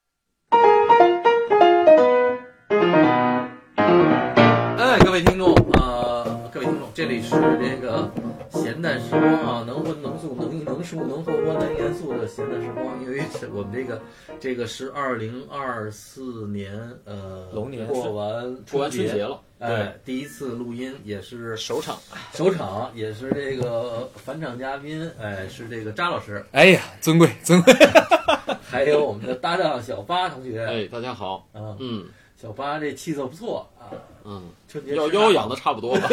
哎呃里是这个闲淡时光啊，能荤能素能艺能术能活泼能严肃的闲淡时光。因为是我们这个这个是二零二四年呃龙年过完过完春节节，了，哎，第一次录音也是首场。首场，也是这个返场嘉宾，哎，是这个扎老师，哎呀，尊贵尊贵，还有我们的搭档小八同学。哎，大家好，啊，嗯小八这气色不错啊，嗯，春节腰吃大腰痒的差不多了。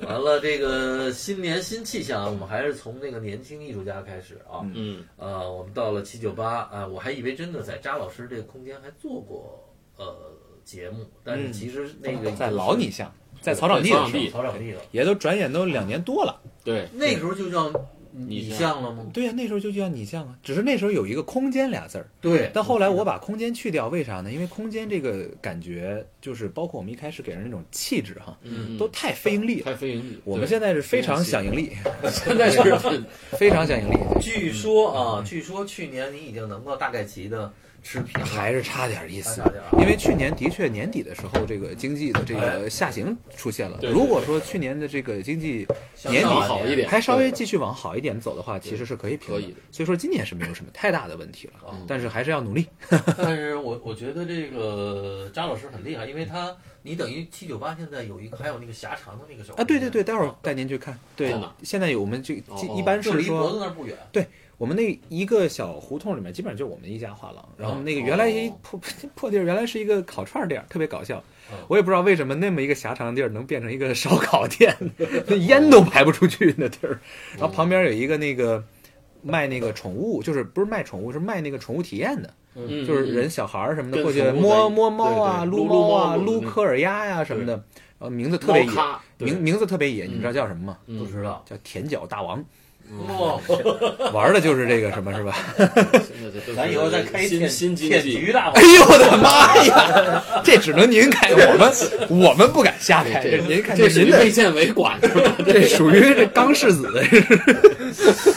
完了，这个新年新气象，我们还是从那个年轻艺术家开始啊。嗯嗯，呃，我们到了七九八啊，我还以为真的在扎老师这个空间还做过呃节目，但是嗯其实那个 在老你像，在草场地在草的场时地草候，场地了，也都转眼都两年多了。对，那时候就叫你你像了吗？对呀、那时候就叫你像啊，只是那时候有一个“空间”俩字儿，对，但后来我把“空间”去掉，为啥呢？因为“空间”这个感觉就是包括我们一开始给人那种气质哈，嗯，都太非盈利了。太费盈利。我们现在是非常想盈利， 在现在是非常想盈利，据说嗯啊，据说去年你已经能够大概齐的持平了，还是差点意思哎差。点啊因为去年的确年底的时候，这个经济的这个下行出现了。对对如果说去年的这个经济向年底上好一点还稍微继续往好一点走的话，其实是可以平可以的所以说今年是没有什么太大的问题了，嗯但是还是要努力。 但是我我觉得这个张老师很厉害，因为他你等于七九八现在有一个还有那个狭长的那个手啊，对对对，待会儿带您去看。对在哪儿，现在有我们这哦一般就是离脖说子那儿不远，我们那一个小胡同里面，基本上就是我们一家画廊。然后那个哦原来一破 破地儿，原来是一个烤串店儿，特别搞笑嗯。我也不知道为什么那么一个狭长的地儿能变成一个烧烤店， 那烟都排不出去那地儿。然后旁边有一个那个卖那个宠物，就是不是卖宠物，是卖那个宠物体验的。嗯就是人小孩儿什么的跟过去宠物摸在一摸猫啊、对对撸撸猫猫啊、撸撸那科尔鸭呀、什么的，呃，名字特别野猫，咖，对名名字特别野，嗯你知道叫什么吗？不 嗯，知道。叫舔脚大王，哇，玩儿的就是这个什么是吧？现在这都是咱以后再开一新天新经天济，局大 哎呦我的妈呀，这只能您开，我们我们不敢瞎开，对这您看这属您于的卫健委管是吧？这属于这刚世子，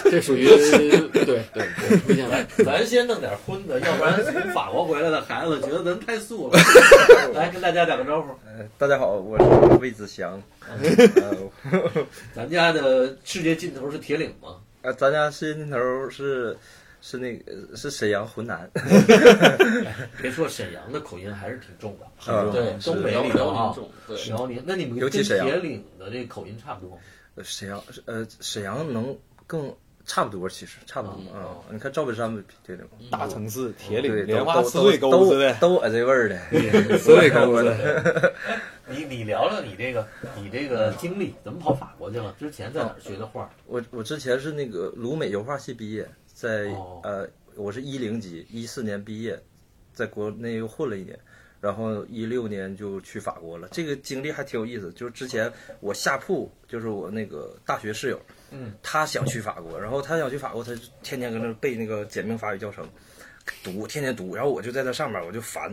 这属于对对对卫健委。咱先弄点荤的，要不然从法国回来的孩子觉得咱太素了。来跟大家打个招呼，呃大家好，我是魏子祥。呃，咱家的世界尽头是铁岭吗？啊咱家世界尽头是是那个是沈阳湖南，别说沈阳的口音还是挺重的，呃对是东北辽那辽种宁啊，种，对，辽宁。那你们尤跟其沈阳铁岭的这口音差不多吗？沈阳呃沈阳能更差不多，其实差不哦多嗯啊、你看赵本山比这种 大城市铁对岭都莲花都四位沟子都的，都挨哎这味儿的，四位沟子，你你聊聊你这个你这个经历，怎么跑法国去了？之前在哪儿学的画？我我之前是那个鲁美油画系毕业，在、哦呃我是一零级，一四年毕业，在国内又混了一年，然后一六年就去法国了。这个经历还挺有意思，就是之前我下铺就是我那个大学室友，嗯，他想去法国，然后他想去法国，他就天天搁那背那个简明法语教程。读天天读，然后我就在那上面，我就烦，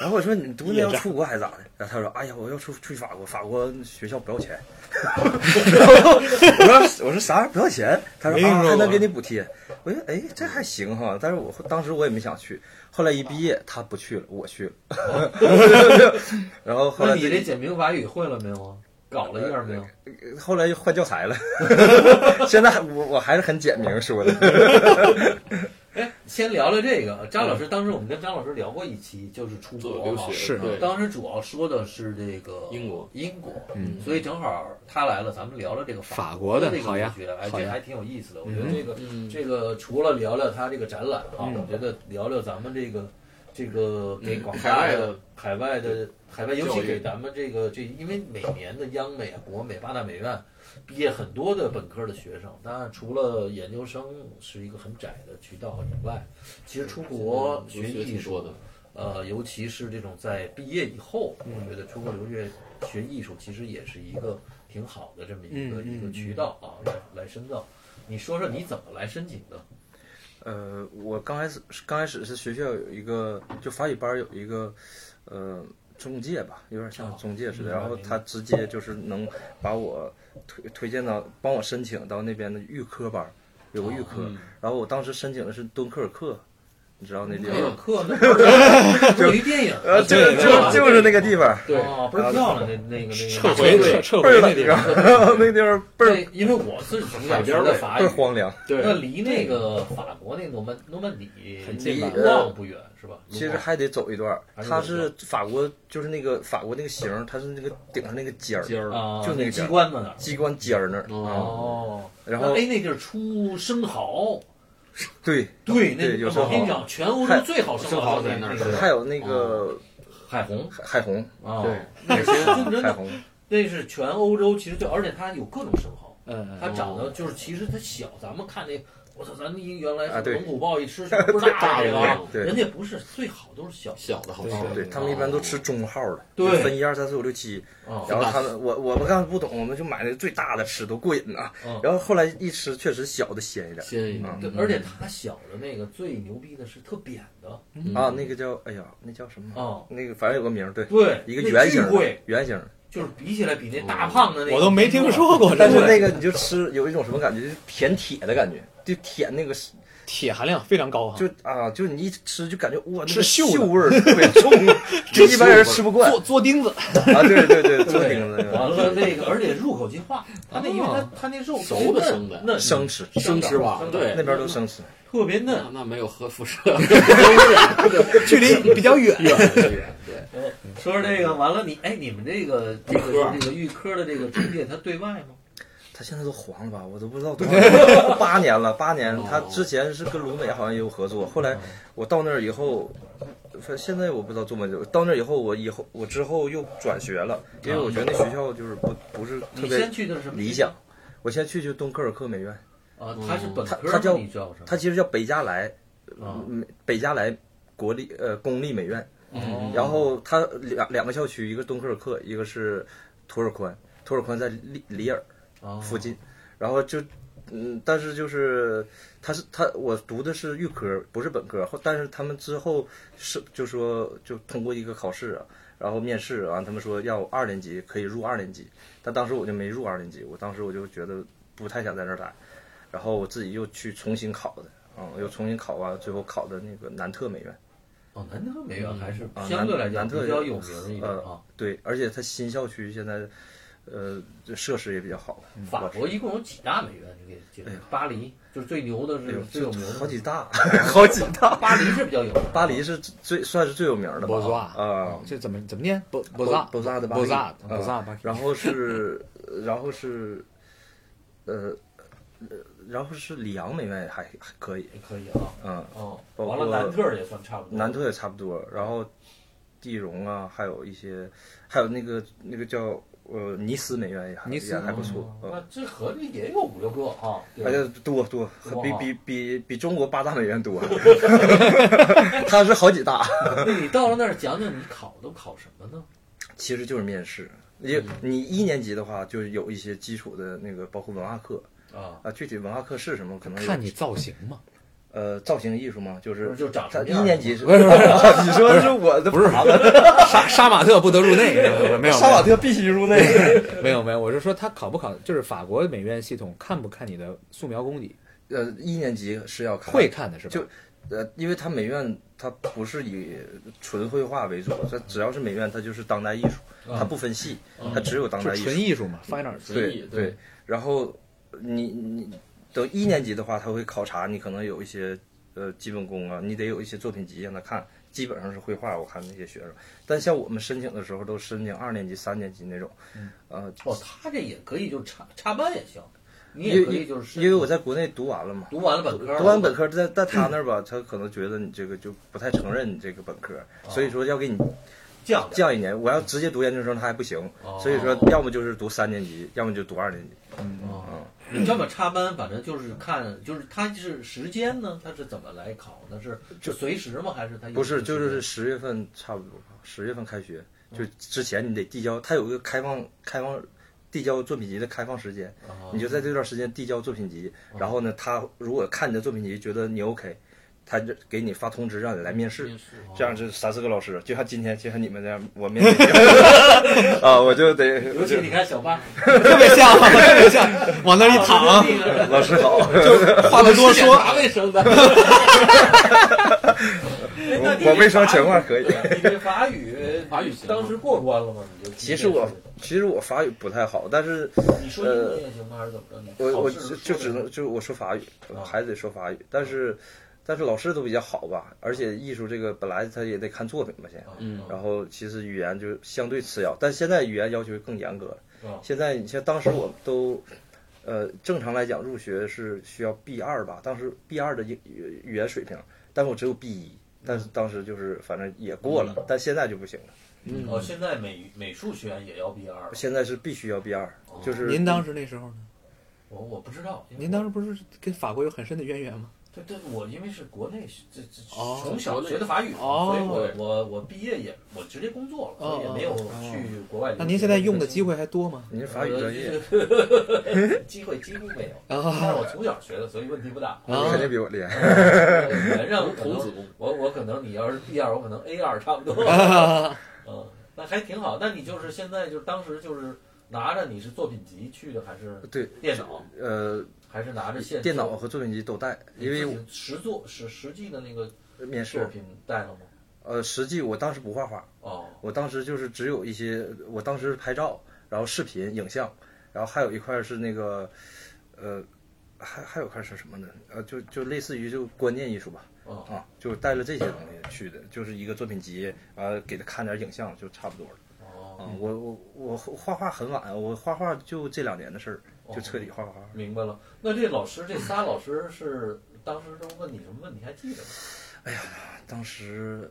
然后我说你读那要出国还咋的？ 然后他说哎呀，我要出出去法国，法国学校不要钱，我说我说啥不要钱？他说没听啊说过还能给你补贴。我说哎这还行哈，但是我当时我也没想去。后来一毕业他不去了，我去 了。然后后 那来你这这简明法语会了没有啊？搞了一下没有？后来又换教材了， 现在我我还是很简明说的。哎，先聊聊这个。张老师，当时我们跟张老师聊过一期，就是出做国留哈嗯学是对当时主要说的是这个英国，英国，嗯所以正好他来了，咱们聊聊这个法国国的这个好呀留学，哎，好这呀还挺有意思的。我嗯觉得这个嗯这个除了聊聊他这个展览哈，嗯我觉得聊聊咱们这个这个给嗯广海大外的的海外的海外，尤其教育给咱们这个这，因为每年的央美啊、国美、八大美院。毕业很多的本科的学生，当然除了研究生是一个很窄的渠道以外，其实出国学留嗯学艺挺术多的，呃，尤其是这种在毕业以后，我觉得出国留学学艺术，其实也是一个挺好的这么一个、嗯嗯一个渠道啊，来来深造。你说说你怎么来申请的？呃，我刚开始刚开始是学校有一个，就法语班有一个，呃，中介吧，有点哦像中介似的。明白然后明白他直接就是能把我推推荐到，帮我申请到那边的预科班，有个预科。然后我当时申请的是敦刻尔克，你知道那地没 有方？课，那不是一电影，呃， 就对就就是那个地方，对哦，倍儿漂亮，那那个那撤个。回撤对撤倍回儿那冷地啊方，，那地方倍儿对，因为我是从小海学边儿的的法倍语儿，荒凉。那对，离那个法国那诺曼诺曼底很那近吧个望不远是吧？其实还得走一段儿，还是它走一段是法国，就是那个法国那个形儿，它是那个顶上那个尖儿，尖儿啊，就那那个机关子那儿。机关尖儿那儿。哦，哦，然后哎，那地儿出生蚝，对，对，对有那生我蚝跟你讲，全欧洲最好生蚝生蚝在那儿个还有那个海虹海虹，啊，对，那是真真海的，虹，那是全欧洲其实就，而且它有各种生蚝， 嗯，它长哦得就是其实它小，咱们看那。我操！咱一原来啊对蒙古包一 吃，全不是大大的的那个啊种，对人家不是最好都是小小的好对吃，对他们一般都吃中号的，对分一二三四五六七。啊然后他们，我我们刚才不懂，我们就买那最大的吃，多过瘾啊嗯！然后后来一吃，确实小的鲜一点鲜一点嗯对，而且它小的那个最牛逼的是特扁的嗯啊。那个叫，哎呀，那叫什么？啊，那个反正有个名儿，对，对，一个那圆形巨贵的，，圆形的。就是比起来比那大胖的那个我都没听说哦过，但真的是那个你就吃有一种什么感觉，就是舔铁的感觉，就舔那个哦铁含量非常高啊，就啊，就你一吃就感觉哇，那吃个锈的锈味儿特别 重，这一般人吃不惯做做钉子，啊。对对对，做对顶子完了那个，而且入口即化，它那因为它啊它那肉熟的生的那哦生嗯吃，生吃吧生，的对那，边都生吃。特别嫩那，那没有核辐 射，距离比较远， 对，呃说说这个，完了你哎，你们这个这个这个预科的这个中介，它对外吗？他现在都黄了吧？我都不知道多少年八年了，八年哦。他之前是跟鲁美好像也有合作，后来我到那儿以后，反正现在我不知道做没做。到那儿以后，我以后我之后又转学了，因为我觉得那学校就是不不是特你别先去的是什么理想。我先去就东科尔克美院，啊？嗯它是本它科它吗？叫你知道什么？它其实叫北加莱，啊嗯，北加莱国立呃公立美院。哦嗯然后它两两个校区，一个是东科尔克，一个是图尔宽。图尔宽在里里尔哦附近，然后就嗯，但是就是他是他我读的是预科，不是本科。后但是他们之后是就说就通过一个考试啊，然后面试完、他们说要二年级可以入二年级，但当时我就没入二年级，我当时我就觉得不太想在那儿待，然后我自己又去重新考的。啊、又重新考完，最后考的那个南特美院，哦，南特美院还是啊相对来讲南南特比较有名一点呃啊。对，而且它新校区现在，呃，这设施也比较好。法国一共有几大美院？你给介绍哎呦。巴黎就是最牛的哎是呦最有名的，好几大，好几大。巴黎是比较有名的。巴黎是最算是最有名的吧？博萨啊，这怎么怎么念？博博博萨博萨的巴黎博萨啊博萨巴黎，然后是，然后是，呃，呃然后是里昂美院也还还可以，也可以啊。嗯，哦，包完括了，南特儿也算差不多。南特也差不多。然后地荣啊，还有一些，还有那个那个叫呃尼斯美院也还尼斯哦也还不错，嗯那这合计也有五六个啊。对吧哎呀，多多多，比哈比比比中国八大美元多， 他是好几大，那你到了那儿讲讲你考都考什么呢？其实就是面试。嗯你你一年级的话，就是有一些基础的那个，包括文化课啊，啊，具体文化课是什么，可能有看你造型嘛，呃造型艺术嘛，就是就长什么他一样儿年级是，不是不是 你说是我 的不是 杀杀马特不得入 内，没有杀马特必须入内，没有没有，我是说他考不考，就是法国美院系统看不看你的素描功底， 呃，一年级是要看会看的是吧？就呃，因为它美院它不是以纯绘画为主，它只要是美院，它就是当代艺术，啊它不分系，它只有当代就艺术纯。艺术嘛，fine art。随对意对，然后你你等一年级的话，他会考察你可能有一些呃基本功啊，你得有一些作品集让他看，基本上是绘画。我看那些学生，但像我们申请的时候都申请二年级、三年级那种，呃，哦，他这也可以，就插插班也行，你因也可为以就是因为我在国内读完了嘛。读完了本科，读完本科，在在他那儿吧，他可能觉得你这个就不太承认你这个本科，所以说要给你降点降一年。我要直接读研究生，他还不行，哦所以说要么就是读三年级，要么就读二年级。嗯儿啊。你这么插班，反正就是看，就是他是时间呢，他是怎么来考呢？是就随时吗？还是他有不是，就一个时间是十月份差不多吧，十月份开学，就之前你得递交，它有一个开放开放递交作品集的开放时间，啊你就在这段时间递交作品集，然后呢，他如果看你的作品集觉得你 OK，他就给你发通知让你来面试嗯面试，哦这样是三四个老师，就像今天就像你们这样，我面试一样啊，我就得尤其你看小八， 特别 像，特别像，往那一啊 躺， 那个老师好，啊话不多说，卫生的， 我卫生情啊况可以。你对法语， 法语行吗当时过关了吗？你就其实我其实我法语不太好，但是你说英文也行吗？还是怎么着？你呃我我考试说的就就啊只能就我说法语，我还得说法语，但是但是老师都比较好吧，而且艺术这个本来他也得看作品嘛，先。嗯然后其实语言就相对次要，但现在语言要求更严格了。嗯现在你像当时我都，呃，正常来讲入学是需要 B 二吧，当时 B 二的英语语言水平，但是我只有 B 一，但是当时就是反正也过了，但现在就不行了，嗯哦，现在美美术学院也要 B 二，现在是必须要 B 二，就是您当时那时候呢？我我不知道。因为您当时不是跟法国有很深的渊源吗？对对，我因为是国内是这这哦从小学的法语嘛，哦所以我对我我毕业也我直接工作了，哦所以也没有去国外留学。那您现在用的机会还多吗？您是法语专业，呃 机会几乎没有，啊 但是我从小学的，所以问题不大。你肯定比我厉害。 语言 上可童子能功。我我可能你要是 B 二，我可能 A 二差不多。 啊，嗯，那还挺好。那你就是现在就是当时就是拿着你是作品集去的，还是对，电脑，呃，还是拿着现电脑和作品集都带，因为我实嗯作实实际的那个面作试，品带了吗？呃，实际我当时不画画，哦，我当时就是只有一些，我当时拍照，然后视频、影像，然后还有一块是那个，呃，还还有一块是什么呢？呃，就就类似于就观念艺术吧，哦啊，就带了这些东西去的，就是一个作品集，啊，给他看点影像就差不多了。哦，啊，我我我画画很晚，我画画就这两年的事儿，就彻底画画。哦明白了。那这老师这仨老师是当时都问你什么问题？还记得吗？当时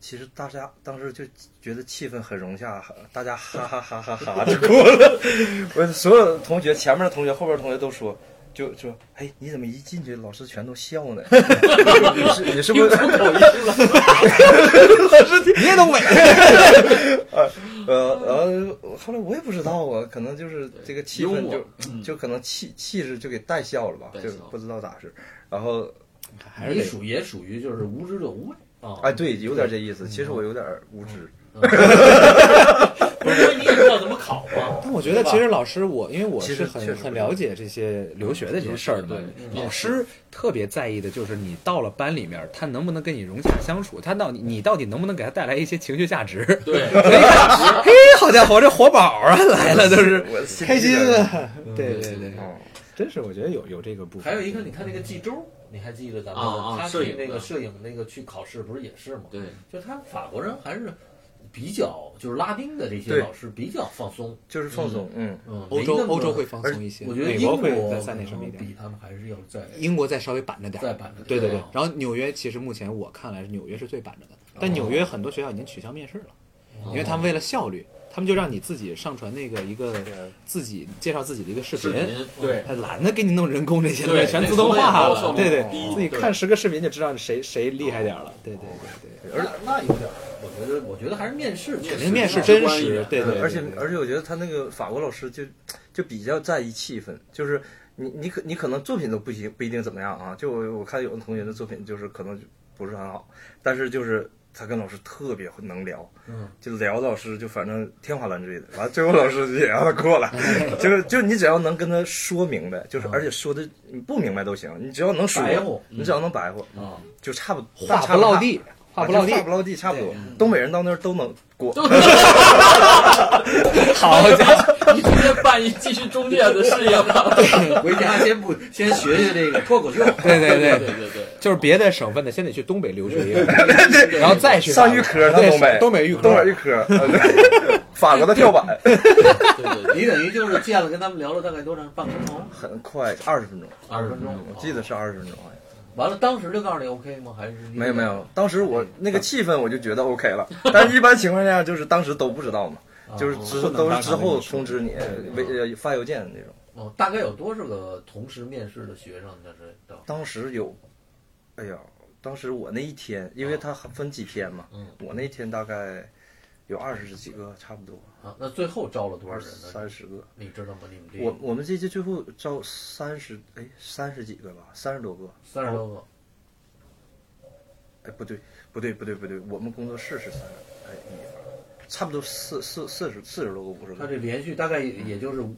其实大家当时就觉得气氛很融洽，大家哈哈哈哈哈就过了。我所有同学，前面的同学，后边的同学都说。就就说，哎，你怎么一进去，老师全都笑呢？ 你是你是不是？你也懂美。呃，然后后来我也不知道啊，可能就是这个气氛幽默嗯就就可能气气质就给带笑了吧，带就笑不知道咋是。然后还是你得属也属于就是无知者无畏啊。哎，对，有点这意思。其实我有点无知，嗯不是，因为你也知道怎么考嘛。但我觉得，其实老师我，因为我其是实确很实很了解这些留学的这些事儿的嘛对。老师特别在意的就是你到了班里面，他能不能跟你融洽相处，他到底你到底能不能给他带来一些情绪价值。 哎对，嘿，好家伙，这活宝啊来了，都 是嗯我心里开心有点。啊！ 对对对，嗯真是我觉得有有这个部分。嗯嗯还有一个，你看那个冀州，你还记得咱们啊啊他摄去影那个的摄影那个去考试，不是也是吗？对，就他法国人还是比较就是拉丁的这些对老师比较放松，就是放松，嗯，嗯，欧没洲那么欧洲会放松一些，我觉得美英国国会再再那什么一可能比点，他们还是要再英国再稍微板着点儿。再板着点对对对哦啊，然后纽约其实目前我看来，纽约是最板着的，但纽约很多学校已经取消面试了，因为他们为了效率，他们就让你自己上传那个一个自己介绍自己的一个视视频，频哦对他懒得给你弄人工这些东西，对全自动化那个了，成本对也对高效率低，自己对看十个视频就知道谁谁厉害点儿了，对对对哦对，那那有点儿，我觉得我觉得还是面试确肯实定面试要真关一实点，对对，而且对对而且我觉得他那个法国老师就就比较在意气氛，就是你你可你可能作品都不行不一定怎么样啊，就我我看有的同学的作品就是可能就不是很好，但是就是。他跟老师特别能聊，嗯，就聊老师就反正天花乱坠的，完了最后老师也让他过 了，就是就是你只要能跟他说明白，嗯就是而且说的你不明白都行，你只要能说白活，你只要能白活，啊，就差不多话不落，地，话大差不落不大啊就地话不，落地，差不多。东北人到那儿都能 过，好家 伙，你直接办一继续中介的事业吧。回家先不先学学这个脱口秀，对 对对对。对对，就是别的省份的，先得去东北留学一 个，然后再去上预科上对东北，东北预科，东北预科，呃 法国的跳板你等于就是见了跟他们聊了大概多长半个钟头，很快，二十分钟，二十分钟，啊我记得是二十分钟。好像完了，当时就告诉你 OK 吗？还是你没有没有，当时我那个气氛我就觉得 OK 了，但是一般情况下就是当时都不知道嘛，啊就是哦之不能都是当场之后跟你说通知你，微呃发邮件那种。哦，大概有多少个同时面试的学生呢？这这当时有，哎呀，当时我那一天，因为它分几天嘛，我那天大概有二十几个，差不多啊，那最后招了多少二人呢？三十个。你知道吗？你们这我我们这届最后招三十，哎，三十几个吧，三十多个。三十多个，哎，不对，不对，不对，不对，我们工作室是三十，哎，一二，差不多四四四十四十多个五十他个这，连续大概也也就是五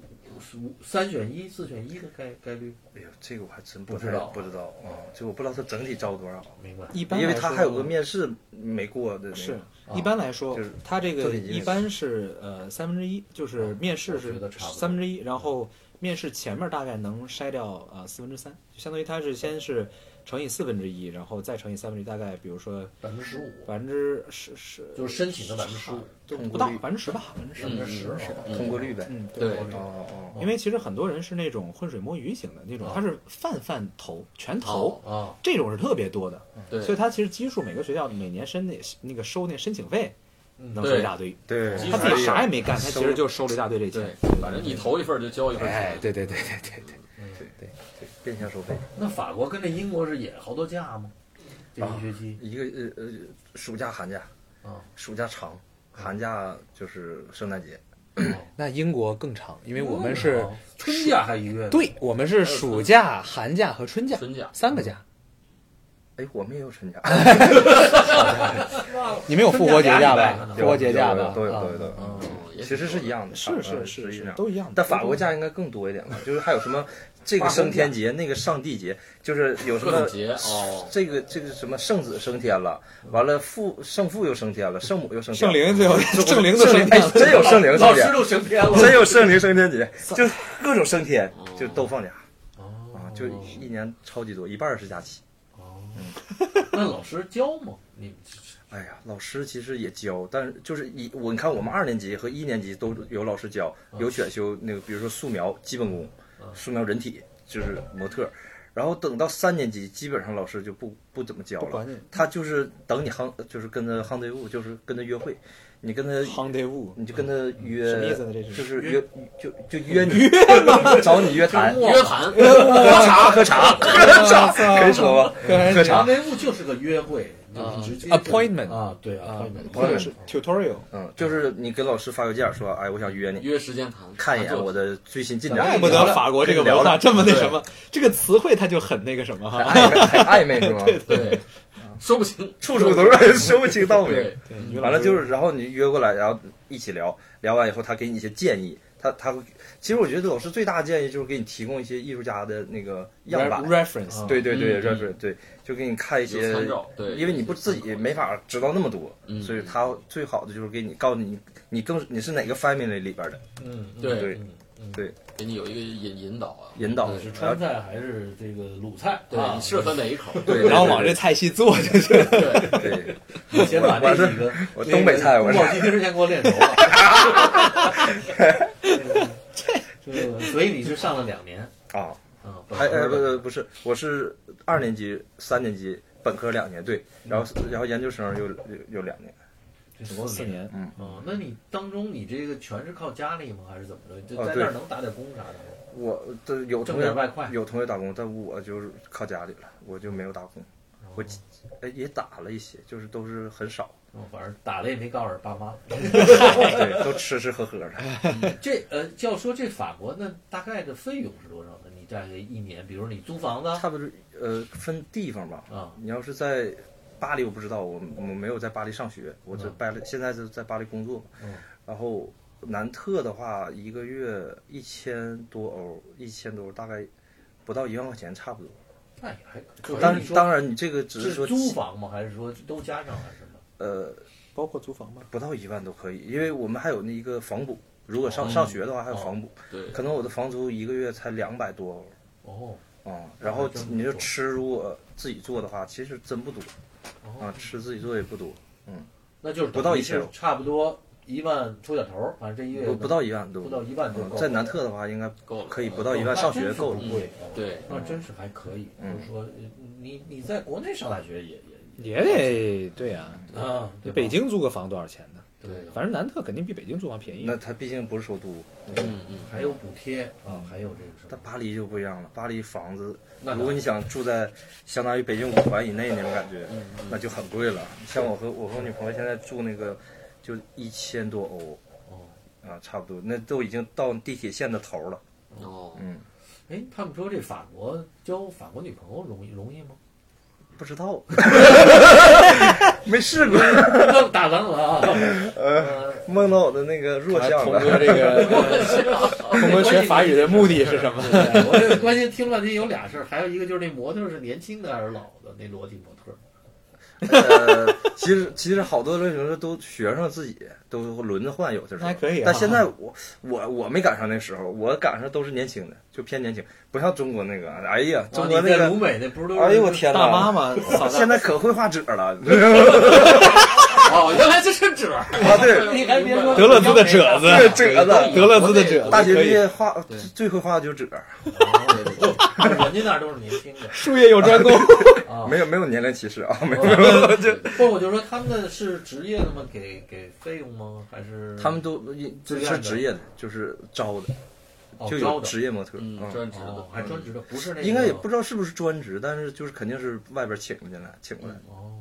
五三选一、四选一的概概率？哎呦，这个我还真不不太知道不知道啊，就我不知道他整体招多少，明白。一般因为来他说还有个面试没过的那嗯个。是啊一般来说就是，他这就个是一个一般是呃三分之一，就是面试我觉是得差不多三分之一，然后面试前面大概能筛掉呃四分之三，就相当于他是先是乘以四分之一，然后再乘以三分之一，大概比如说百分之十五，百分之十十，就是申请的百分之十五，就通不过到率百分之十吧，百分之十，百分之嗯十是啊，通过率呗。嗯，对哦哦因为其实很多人是那种浑水摸鱼型的那种啊，他是泛泛投全投，啊，这种是特别多的，对，所以他其实基数每个学校每年申那那个收那申请费嗯能收一大堆，对，他自己啥也没干，他其实就收了一大堆这对钱。，反正你投一份就交一份哎钱，，对对对对对对，变相收费，那法国跟这英国是也好多假吗？这一学 期一个呃呃，暑假寒假，啊，暑假长，嗯寒假就是圣诞节，那英国更长，因为我们是哦春假还一个月，，对，我们是暑假、寒假和春假春假三个假。哎，我们也有春假，啊你们有复活节假吧？春假复活节假吧有？都有都啊有都有，嗯，哦其实是一样的，是啊是嗯是是一是样，。都一样。但法国假应该更多一点吧，就是还有什么这个升天节，那个上帝节，就是有什各么种节啊哦，这个这个什么圣子升天了，完了父圣父又升天了，圣母又升天圣了，灵最后 圣灵都圣升灵哎天了，真有圣灵老升师天，都升天了，真有圣灵升天节，就各种升天，就都放假哦啊，就一年超级多，一半儿是假期。哦 那老师教吗？你们哎呀，老师其实也教，但是就是一我你看我们二年级和一年级都有老师教，嗯有选修那个，比如说素描基本功，素描人体就是模特儿，然后等到三年级，基本上老师就不不怎么教不管了你，他就是等你夯，就是跟他夯队伍，就是跟他约会，你跟他 h o n d a y w o 你就跟他约，嗯什么意思呢这是就是约就就 约你约找你 约谈，约谈喝茶喝茶喝茶，可以说吗？喝茶茶，内务就是个约会，就是直接 Appointment 啊，对啊 appointment，或者是 tutorial，嗯，就是你跟老师发邮件说，哎，我想约你。约时间谈，啊看一眼我的最新进展。怪不哎得法国这个聊文化的这么那什么，这个词汇它就很那个什么哈。暧昧，很暧昧是吗？ 对，啊说不清，处处都是 说不清道不明。对，对于老完了师就是，然后你约过来，然后一起聊，聊完以后他给你一些建议，他他会，其实我觉得老师最大的建议就是给你提供一些艺术家的那个样板 re-。reference，啊对对对嗯，reference 对，就给你看一些有参照对因为你不自己没法知道那么多，嗯所以他最好的就是给你告诉你，你更你是哪个 family 里边的，嗯，嗯对对嗯嗯给你有一个引引导啊，引导对是川菜还是这个鲁菜？对啊你适合哪一口？对，对然后往这菜系做就是。对，对对，以前把这几个我东北菜我是宫保鸡丁儿先给我练熟 了。这，所以你是上了两年啊，啊？哎 哎，不不不是，我是二年级、三年级，本科两年，对，然后然后研究生又又又两年，总共四年。啊？那你当中你这个全是靠家里吗？还是怎么着？就啊在对那儿能打点工啥的吗？我这有挣同学点外快有同学打工，但我就是靠家里了，我就没有打工，我哎也打了一些，就是都是很 少，哦反正打了也没告诉爸妈。对，都吃吃喝喝 的。这呃，就要说这法国那大概的费用是多少呢？你大概一年，比如你租房子差不多，呃，分地方吧。啊你要是在巴黎，我不知道，我我没有在巴黎上学，我在嗯巴黎、现在是在巴黎工作。嗯然后南特的话，一个月一千多欧，一千多欧，大概不到一万块钱，差不多。那也还可以。当可是你说当然，你这个只是说租房吗？还是说都加上还是什么？呃，包括租房吧。不到一万都可以，因为我们还有那一个房补。如果哦上、上学的话，还有房补，对可能我的房租一个月才两百多欧。哦，啊、然后那还真不你就错吃，如果自己做的话，其实真不多，啊，吃自己做也不多，哦那就是不到一千千，差不多一万出点头儿，反正这一月不不到一万多，不到一万就够嗯了。哦在南特的话，应该够了可以不到一万，上学够了那。真是不贵，哦对，那真是还可以。嗯就是说，呃你你在国内上大学也也也得对呀、也啊，对吧北京租个房多少钱呢？对，反正南特肯定比北京租房便嗯宜那。它毕竟不是首都，嗯嗯，还有补贴啊，还有这个什么？但巴黎就不一样了。巴黎房子，那嗯如果你想住在相当于北京五环以内那种感觉，嗯那就很贵了。像我和我和我女朋友现在住那个，就一千多欧，哦，啊，差不多，那都已经到地铁线的头了。哦，嗯，哎，他们说这法国交法国女朋友容易容易 吗？不知道， 没试过。那打冷了啊！呃，摸碰到我的那个弱项童了。哥这个 童哥学法语的目的是什么？对我这关键听了半天有俩事儿，还有一个就是那模特是年轻的还是老的？那裸体模特，呃，其实 其实好多流行是都学生自己都轮着换，有的时那候还可以啊但现在我我我没赶上那时候，我赶上都是年轻的，就偏年轻，不像中国那个，哎呀，中国啊你那在个鲁，美那不是都是？哎呦我天大妈呐， 嘛，嫂子现在可会画褶了，哦，原来这是褶儿。啊 对，你还别说德勒兹的褶子，这褶子，德勒兹的褶大子学可毕以，业画最最会画的就是褶， 人家那儿都是年轻的术业有专攻。啊。没有没有年龄歧视啊，哦没有。不，我就说他们是职业的吗？给给费用吗？还是他们都这是职业的，就是招的，哦就招有的？职业模特，嗯，嗯专职的哦，，还专职的，不是那个应该也不知道是不是专职，但是就是肯定是外边请进来，请过来。哦，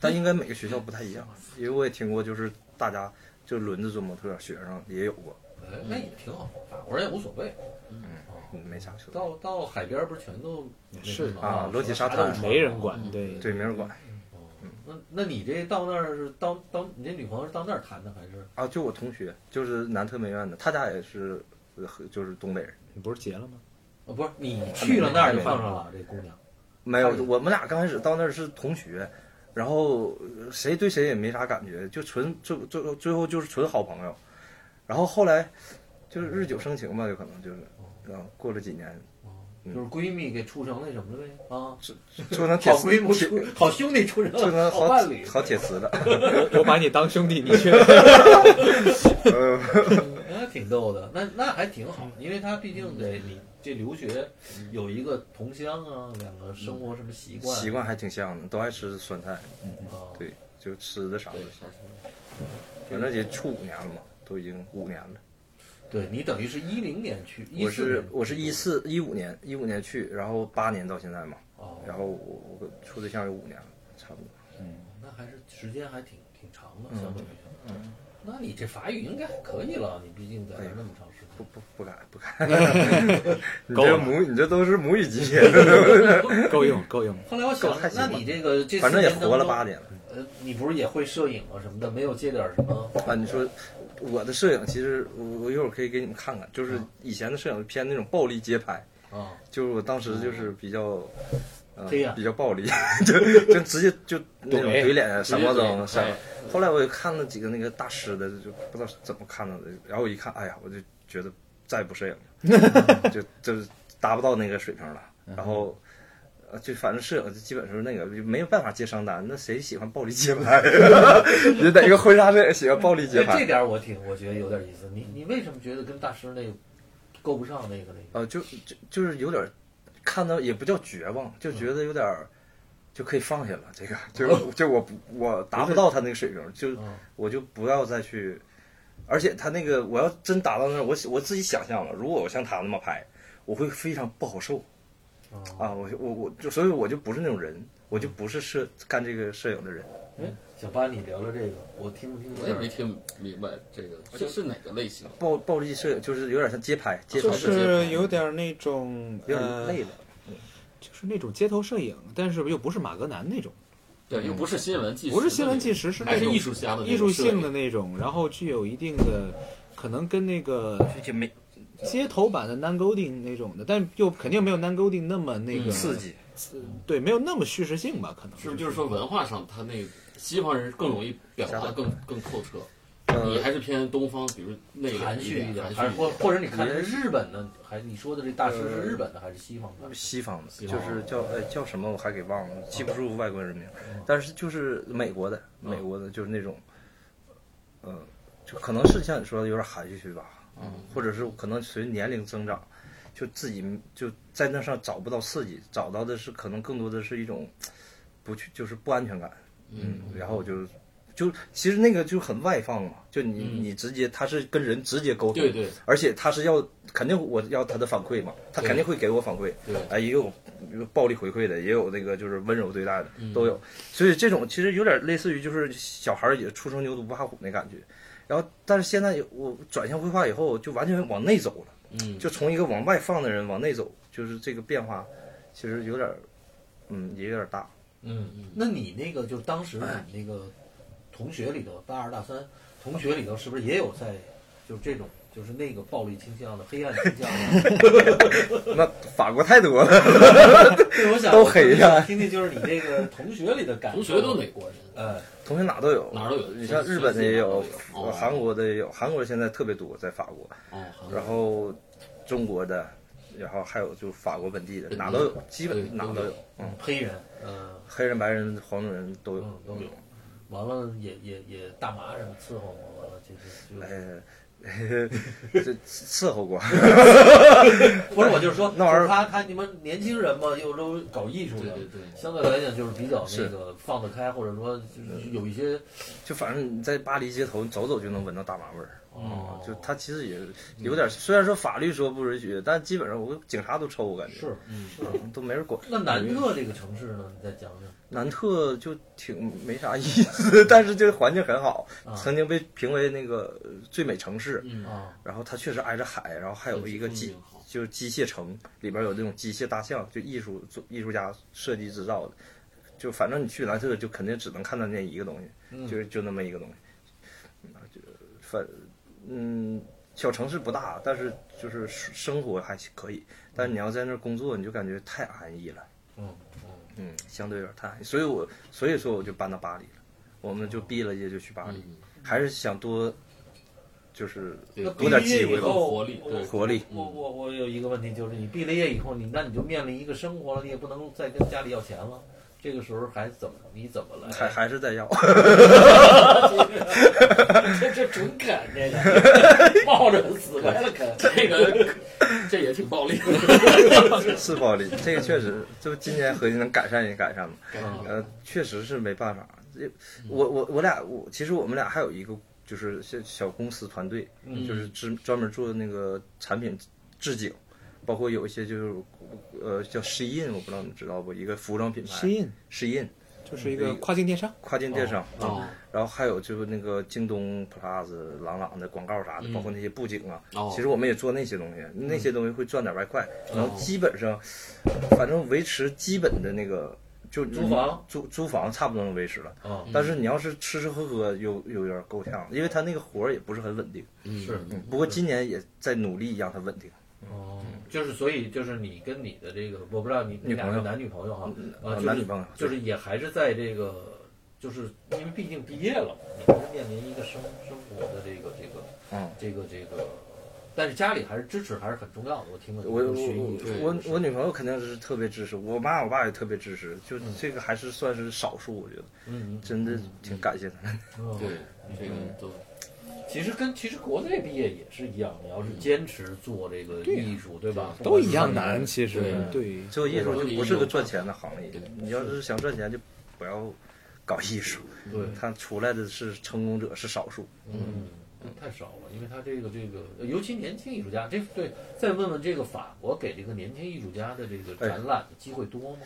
但应该每个学校不太一样，因为我也听过，就是大家就轮着做模特，学生也有过，哎那也挺好，法国人也无所谓。哦嗯没啥说的。到到海边不是全都是啊裸体沙滩没人管，对对，没人管嗯哦那那你这到那儿是当当你这女朋友是到那儿谈的还是？啊！就我同学，就是南特美院的，他家也是，呃和就是东北人。 你不是结了吗？哦，不是你去了那儿就碰上了这姑娘。没有，我们俩刚开始到那儿是同学，然后呃谁对谁也没啥感觉，就纯最最最后就是纯好朋友。然后后来就是日久生情吧，有可能就是，啊，过了几年嗯就是闺蜜给处成那什么了呗啊，就能铁好丝，闺蜜铁处好兄弟处就成能了好伴侣，好铁丝了。我把你当兄弟，你 却那挺逗的，那那还挺好，嗯因为他毕竟得你这留学有一个同乡啊，两个生活什么习惯习惯还挺像的，都爱吃酸菜，啊，对，就吃的啥的对，反正也处五年了嘛，都已经五年了。对你等于是一零年去，14我是年我是一四一五年一五年去，然后八年到现在嘛，哦，然后我我处对象有五年了，差不多。那还是时间还挺挺长的，相对来说。嗯，那你这法语应该还可以了，你毕竟在那儿那么长时间。不不不敢不敢，你这母你这都是母语级别的，够用够用。后来我想还，行那吧你这个这反正也四年当活了中八年了。呃，你不是也会摄影啊什么的，没有接点什么？啊，你说我的摄影，其实我我一会儿可以给你们看看，就是以前的摄影偏那种暴力街拍，啊，就是我当时就是比较。呃黑呀比较暴力， 就就直接就那种怼怼脸、闪光灯、直接怼闪哎。后来我就看了几个那个大师的，就不知道怎么看到的，然后我一看，哎呀，我就觉得再也不摄影了，就就是达不到那个水平了。然后，呃，就反正摄影就基本是那个就没有办法接商单，那谁喜欢暴力街拍？也得一个婚纱摄影喜欢暴力街这这拍。点我挺我觉得有点意思。你你为什么觉得跟大师那个够不上那个那个？呃，就就就是有点看到也不叫绝望，就觉得有点儿就可以放下了。这个就就我不我达不到他那个水平，就嗯我就不要再去。而且他那个我要真达到那儿，我我自己想象了，如果我像他那么拍，我会非常不好受啊，啊！我我我就所以我就不是那种人，我就不是摄干这个摄影的人。哎，小八，你聊聊这个，我听不听我得见？也没听明白这个，这是哪个类型？暴暴力摄影就是有点像街拍，街头就摄影，是有点那种有呃点，累了。就是那种街头摄影，但是又不是马格南那种，对，又不是新闻纪实，不是新闻纪实，是还那是种艺术家的艺术性的的那种，然后具有一定的可能跟那个就没街头版的 Nan Golding 那种的，但又肯定没有 Nan Golding 那么那个嗯刺，激，对，没有那么叙事性吧？可能是不是就是说文化上，他那个西方人更容易表达更更透彻，你呃，还是偏东方，比如内敛含蓄一一点，点，啊还含是蓄或一点。嗯呃或者你看的是日本的，还你说的这大师是日本的还是西方的？西方的，嗯方就是叫呃叫什么我还给忘了，记不住外国人名，但是就是美国的，美国的就是那种，呃，就可能是像你说的有点含蓄吧，嗯，或者是可能随着年龄增长，就自己就在那上找不到刺激，找到的是可能更多的是一种不去就是不安全感，嗯，然后我就。就其实那个就很外放嘛，就你、嗯你直接他是跟人直接沟通，对对而且他是要肯定我要他的反馈嘛，他肯定会给我反馈，对哎，也有有暴力回馈的，也有那个就是温柔对待的，嗯都有。所以这种其实有点类似于就是小孩儿也初生牛犊不怕虎那感觉。然后，但是现在我转向绘画以后，就完全往内走了，嗯，就从一个往外放的人往内走，就是这个变化，其实有点儿，嗯，也有点儿大。嗯，那你那个就当时你那个同学里头，大二大三同学里头是不是也有在就是这种就是那个暴力倾向的黑暗倾向的？那法国太多了，对，我想都黑呀我听听就是你这个同学里的感受。 同学都美国人，呃，同学哪都有，哪儿都有你像日本的也有全世界，哪儿都有呃韩国的也有，韩国现在特别多，在法国，哦，韩国然后中国的，然后还有就是法国本地的，哪都有，基对本哪都都有有，嗯，黑人，嗯黑人、白人、黄种人都有。嗯都有。完了也也也大麻什么伺候我，完了就是就呃， 这伺候过，不是我就是说，那玩意儿就是他他你们年轻人嘛，又都搞艺术对的，对对，相对来讲就是比较那是个放得开，或者说就是有一些就反正你在巴黎街头你走走就能闻到大麻味儿。哦，嗯就他其实也有点，虽然说法律说不允许，但基本上我警察都抽，我感觉是是。嗯都没人管。那南特这个城市呢，你再讲讲南特就挺没啥意思， 但是这个环境很好，啊曾经被评为那个呃最美城市。嗯，啊，然后它确实挨着海，然后还有嗯一个机风景好，就是机械城，里边有那种机械大象，就艺术做艺术家设计制造的，就反正你去兰特就肯定只能看到那一个东西，嗯就是就那么一个东西，嗯就反嗯小城市不大，但是就是生活还可以，但是你要在那儿工作，你就感觉太安逸了，嗯嗯嗯，相对有点太安逸，所以我所以说我就搬到巴黎了，我们就毕了业就去巴黎，嗯还是想多就是对那多点机毕业以会吧，嗯后活力对活力。我我我有一个问题，就是你毕了业以后，你那你就面临一个生活了，你也不能再跟家里要钱了。这个时候还怎么你怎么来？还还是在要，这这准啃这个，抱着死白了啃。 这个这也挺暴力的， 是暴力，这个确实，就今年合计能改善也改善吧。嗯呃，确实是没办法。这我我我俩我其实我们俩还有一个就是小小公司团队，嗯就是专专门做那个产品置景，包括有一些就是呃叫 Shein，我不知道你知道不？一个服装品牌 Shein Shein 就是一个跨境电商，跨境电商啊。哦然后还有就是那个京东 Plus、朗朗的广告啥的，嗯包括那些布景啊，哦其实我们也做那些东西，那些东西会赚点外快，哦然后基本上，反正维持基本的那个就你租房租租房差不多能维持了。啊，但是你要是吃吃喝喝，有有点够呛，因为他那个活儿也不是很稳定。是嗯，不过今年也在努力让它稳定。哦，就是所以就是你跟你的这个，我不知道你你女朋俩友是嗯男女朋友哈，啊，就是男女朋友就是也还是在这个，就是因为毕竟毕业了嘛，你还是面临一个生生活的这个这个嗯，这个这个，但是家里还是支持还是很重要的。我听了你我这我个嗯学我艺，我我女朋友肯定是特别支持，我妈我爸也特别支持，就这个还是算是少数，我觉得嗯真的挺感谢他们。嗯，对，这个都其实跟其实国内毕业也是一样，你要是坚持做这个艺术，对吧？都一样难。其实对对，做艺术就不是个赚钱的行业，你要是想赚钱就不要搞艺术。对，他出来的是成功者是少数，嗯，太少了，因为他这个这个，呃尤其年轻艺术家，这对，再问问这个法国给这个年轻艺术家的这个展览的机会多吗？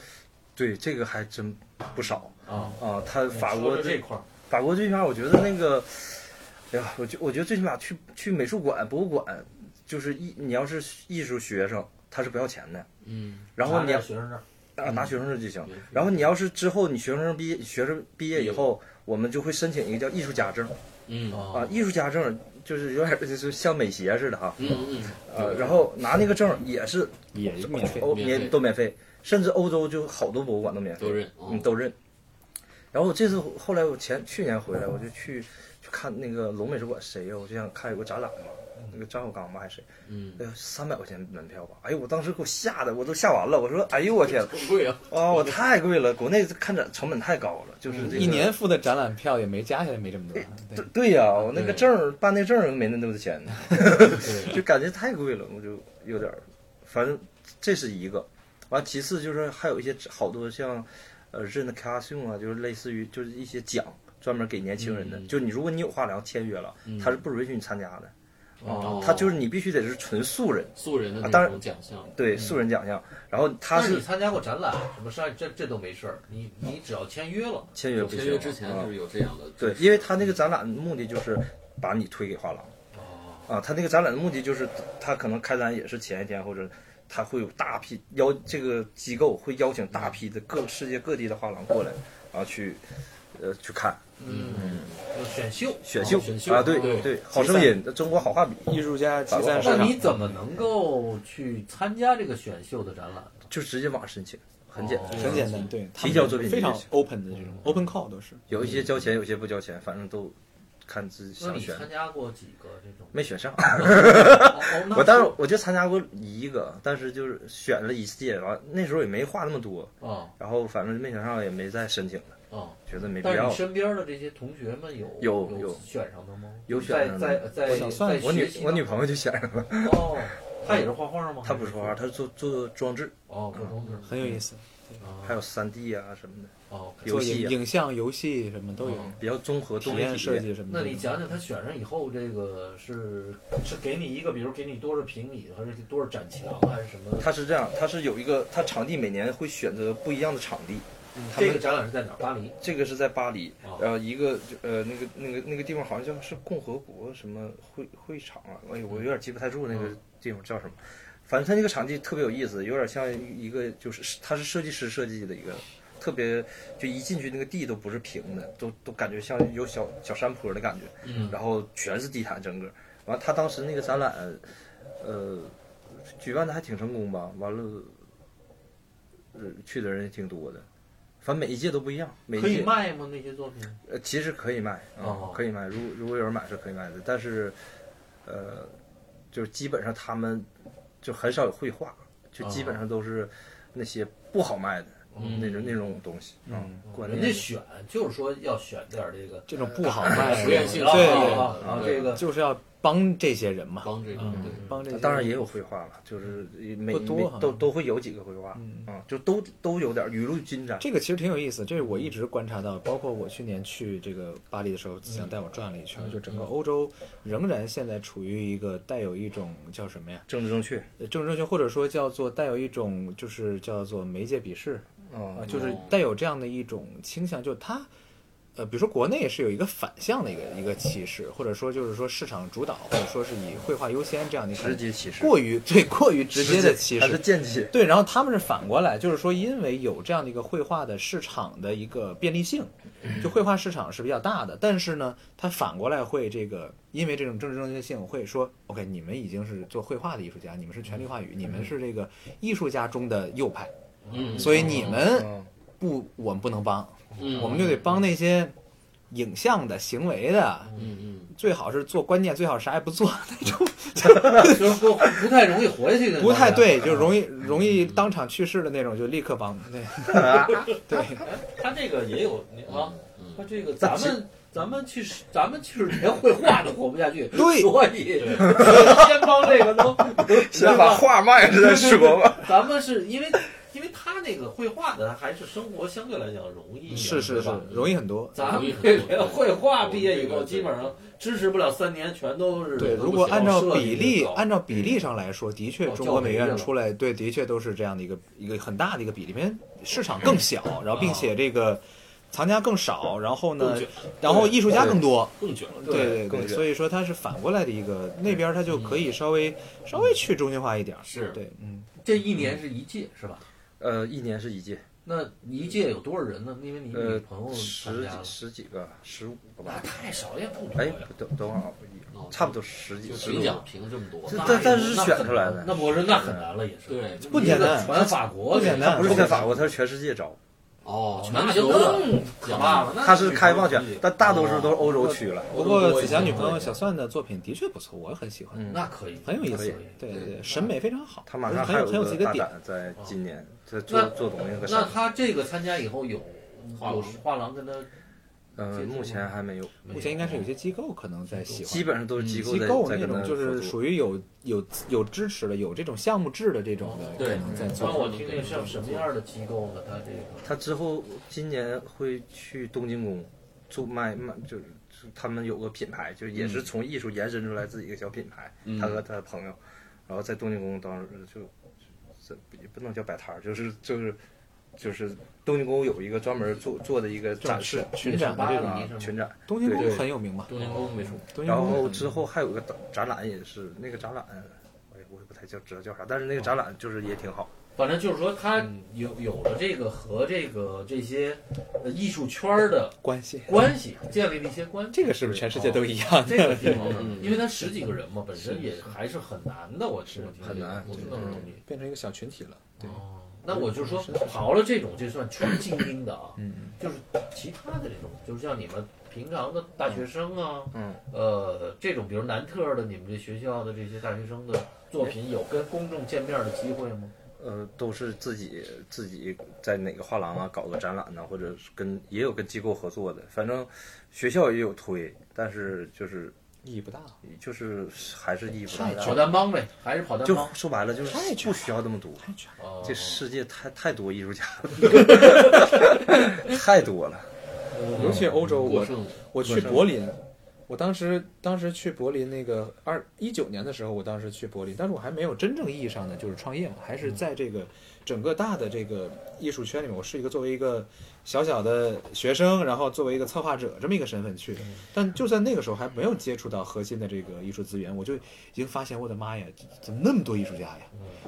对这个还真不少啊，啊。他法说国说这这块儿，法国最起码我觉得那个，哎呀，我觉我觉得最起码去去美术馆、博物馆，就是艺你要是艺术学生，他是不要钱的。嗯然后拿你要点学生证，啊拿学生证就行对，然后你要是之后你学生证毕业学生毕业以后，我们就会申请一个叫艺术家证嗯嗯啊，艺术家证就是有点就是像美协似的哈，嗯呃，然后拿那个证也是也免费。欧免费免都免费，甚至欧洲就好多博物馆都免费，都认哦嗯，都认。然后我这次后来我前去年回来，我就去去看那个龙美术馆，谁呀？我就想看有个展览嘛，那个张小刚吧还是谁？嗯哎呦，三百块钱门票吧！哎呦，我当时给我吓得我都吓完了，我说哎呦我 天，很贵啊，啊我太贵了，国内看展成本太高了，就是这个嗯一年付的展览票也没加起来没这么多，啊对对，对呀、啊我那个证儿办那证儿没那么多 钱呢，就感觉太贵了，我就有点儿，反正这是一个。完，其次就是还有一些好多像，呃，认的 c a s 啊，就是类似于就是一些奖，专门给年轻人的。嗯就你如果你有画廊签约了，他是不允许你参加的。啊哦他就是你必须得是纯素人，素人的啊那当然种奖项，对素人奖项。然后他但是是你参加过展览，什么商业这这都没事儿，你你只要签约了，签约不行签约之前啊就是有这样的，对，因为他那个展览目的就是把你推给画廊。哦啊，他那个展览的目的就是，他可能开展也是前一天，或者他会有大批邀这个机构会邀请大批的各世界各地的画廊过来，啊，去呃去看嗯，有选秀，选秀哦选秀啊，对对对，好声音，中国好画笔，艺术家集散市那场你怎么能够去参加这个选秀的展览呢？就直接网上申请，很简单。哦很简单，对，他提们交作品非常集 open 的这种 open call 都是。有一些交钱，有些不交钱，反正都看自己那想你选，参加过几个这种？没选上。哦哦那我当时我就参加过一个，但是就是选了一届，完那时候也没画那么多，哦然后反正没选上也没再申请了，哦，觉得没必但是要你。身边的这些同学们有有有选上的吗？有选上的在在在我算在我学女习我当女朋友就选上了，中哦，她也是画画吗？她不是画画，她是做做装置，哦，普通的很有意思，哦还有三 D 啊什么的，哦，游做戏影啊影像、游戏什么都有，哦比较综合体多媒验体设计什么那的。你讲讲他选上以后，这个是是给你一个，比如给你多少平米，还是多少展墙，还是什么？它是这样，它是有一个，它场地每年会选择不一样的场地，他这们个展览是在哪儿？巴黎。这个是在巴黎哦，然后一个呃那个那个那个地方好像叫是共和国什么会会场啊，哎呦我有点记不太住那哦个地方叫什么，反正它那个场地特别有意思，有点像一个就是它是设计师设计的一个。特别，就一进去那个地都不是平的，都都感觉像有小小山坡的感觉，嗯然后全是地毯整个。完，他当时那个展览，呃，举办的还挺成功吧？完了，呃，去的人也挺多的，反正每一届都不一样，每一可届以卖吗？那些作品？呃，其实可以卖啊、哦可以卖。如如果有人买是可以卖的，但是，呃，就是基本上他们就很少有绘画，就基哦本上都是那些不好卖的、嗯那种那种东西。嗯，关人键家选就是说要选点儿这 个这种不好卖，实验性对啊对啊啊，这个就是要帮这些人嘛，帮这个嗯对。帮这些人嗯当然也有绘画了，就是每不多哈每都都会有几个绘画，嗯啊，就都都有点雨露均沾。这个其实挺有意思，这是我一直观察到，包括我去年去这个巴黎的时候，思想带我转了一圈，嗯就整个欧洲仍然现在处于一个带有一种叫什么呀，政治正确呃政治正确，或者说叫做带有一种就是叫做媒介鄙视啊、啊，就是带有这样的一种倾向，就是它。呃，比如说国内是有一个反向的一个一个歧视，或者说就是说市场主导，或者说是以绘画优先这样的一个直接歧视，过于对 过于直接的歧还视是，间接。对，然后他们是反过来，就是说，因为有这样的一个绘画的市场的一个便利性，就绘画市场是比较大的，但是呢，它反过来会这个，因为这种政治正确性会说，OK，你们已经是做绘画的艺术家，你们是权力话语，你们是这个艺术家中的右派，嗯，所以你们嗯，不，我们不能帮，嗯我们就得帮那些影像的、行为的，嗯嗯最好是做观念，最好啥也不做那种。就是说不太容易活下去的，不太对，就容易容易当场去世的那种，就立刻帮。对，啊对，他这个也有你啊，嗯他这个咱们咱们去世咱们去世连绘画都活不下去，对所以先帮这个 都先把画卖了再说吧。咱们是因为因为他那个绘画的还是生活相对来讲容易一点，是是对是吧，容易很多。咱们这连绘画毕业以后，基本上支持不了三年，全都是对，都如不果行按照设计比例，就搞按照比例上来说，的确哦中教国培美去院了出来，对，的确都是这样的一个一个很大的一个比例，因为市场更小，然后并且这个藏家更少，然后呢更卷，然后艺术家更多，更卷了，对对更对，卷所以说它是反过来的一个，那边它就可以稍微稍微去中心化一点儿。是对，嗯，这一年是一届是吧？呃，一年是一届，那一届有多少人呢？因为你女呃朋友，参十加几了，十几个，十五那个吧。太少也不多哎呀。，等等会儿啊，哦差不多十几就十评多奖。评这么多，这那但但也是是那选很出来难的那不是那很难了，也是。对，不简单一个传法国不简去单不是在法国，他是全世界招，哦，全那球就的更可怕了。那他是开放权女朋友，但大多数都是欧洲区了。不过子祥女朋友小蒜的作品的确不错，我很喜欢，嗯那可以，很有意可思以，对对对，审美非常好，他啊马上很还有有很有自己一个的大点。胆，在今年在做那做东西和那啥？他这个参加以后有画嗯有廊画廊跟他嗯，目前还没有，没有目前应该是有些机构可能在喜欢，基本上都是机构机在构在那跟他种就是合作。属于有有有支持的，有这种项目制的这种的，可对能在让做。我听听像什么样的机构呢？他这个他之后今年会去东京宫做卖卖，就是他们有个品牌，就也是从艺术延伸出来自己一个小品牌。嗯他和他的朋友，然后在东京宫当时就这也不能叫摆摊儿，就是就是就是东京宫有一个专门做做的一个展示群展的巴这黎种，啊是吗群展，东京宫对很有名嘛，东京宫美术，嗯东京然后宫之后还有哎个展展览也是那个展览，我也我也不太叫知道叫啥，但是那个展览就是也挺好，反正就是说，他有有了这个和这个这些呃艺术圈儿的关系，关系，建立了一些关系。这个是不是全世界哦都一 样？这个挺好的嗯，因为他十几个人嘛，本身也还是很难的。我是很难我听到这东西。变成一个小群体了。对，哦，那我就说，刨了这种，这算纯精英的啊，嗯， 就是其他的这种，就是像你们平常的大学生啊，嗯，呃，这种比如南特的你们这学校的这些大学生的作品，有跟公众见面的机会吗？呃，都是自己自己在哪个画廊啊搞个展览呢、或者是跟也有跟机构合作的，反正学校也有推，但是就是意义不大。就是还是意义不大跑单帮呗，还是跑单就帮。说白了就是太卷不需要那么多，哦这世界太太多艺术家 了，太多了。尤其欧洲，我过剩我去柏林，我当时当时去柏林那个二一九年的时候，我当时去柏林，但是我还没有真正意义上的就是创业嘛，还是在这个整个大的这个艺术圈里面，我是一个作为一个小小的学生，然后作为一个策划者这么一个身份去的。但就在那个时候还没有接触到核心的这个艺术资源，我就已经发现我的妈呀，怎么那么多艺术家呀？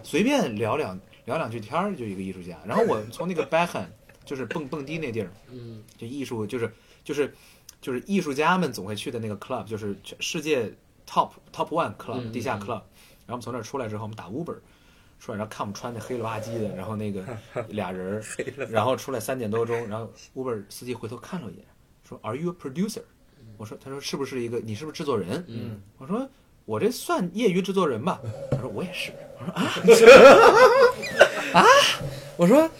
随便聊两聊两句天儿就一个艺术家。然后我从那个 b a c k h a n 就是蹦蹦迪那地儿，嗯，就艺术就是就是就是艺术家们总会去的那个 club，就是全世界 top top one club、嗯地下 club。然后我们从那儿出来之后，我们打 Uber 出来，然后看我们穿的黑了吧唧的，然后 那个俩人儿，然后出来三点多钟，然后 Uber 司机回头看了我一眼，说 Are you a producer？我说，他说是不是一个你是不是制作人？嗯，我说我这算业余制作人吧。他说我也是。 我说啊啊，我说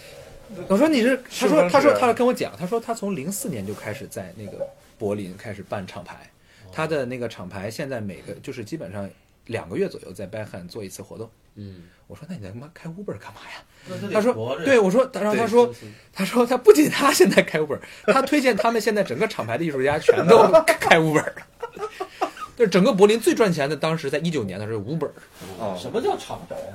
我说你是，他说他说啊他跟我讲，他说他从零四年就开始在那个柏林开始办厂牌，哦他的那个厂牌现在每个就是基本上两个月左右在 b 汉做一次活动。嗯，我说那你他妈开 Uber 干嘛呀？那得他说活，着对我说，他然后他说，他说他不仅他现在开 Uber，他 推荐他们现在整个厂牌的艺术家全都开 Uber，就是整个柏林最赚钱的，当时在一九年的时候 Uber 哦，什么叫厂牌啊？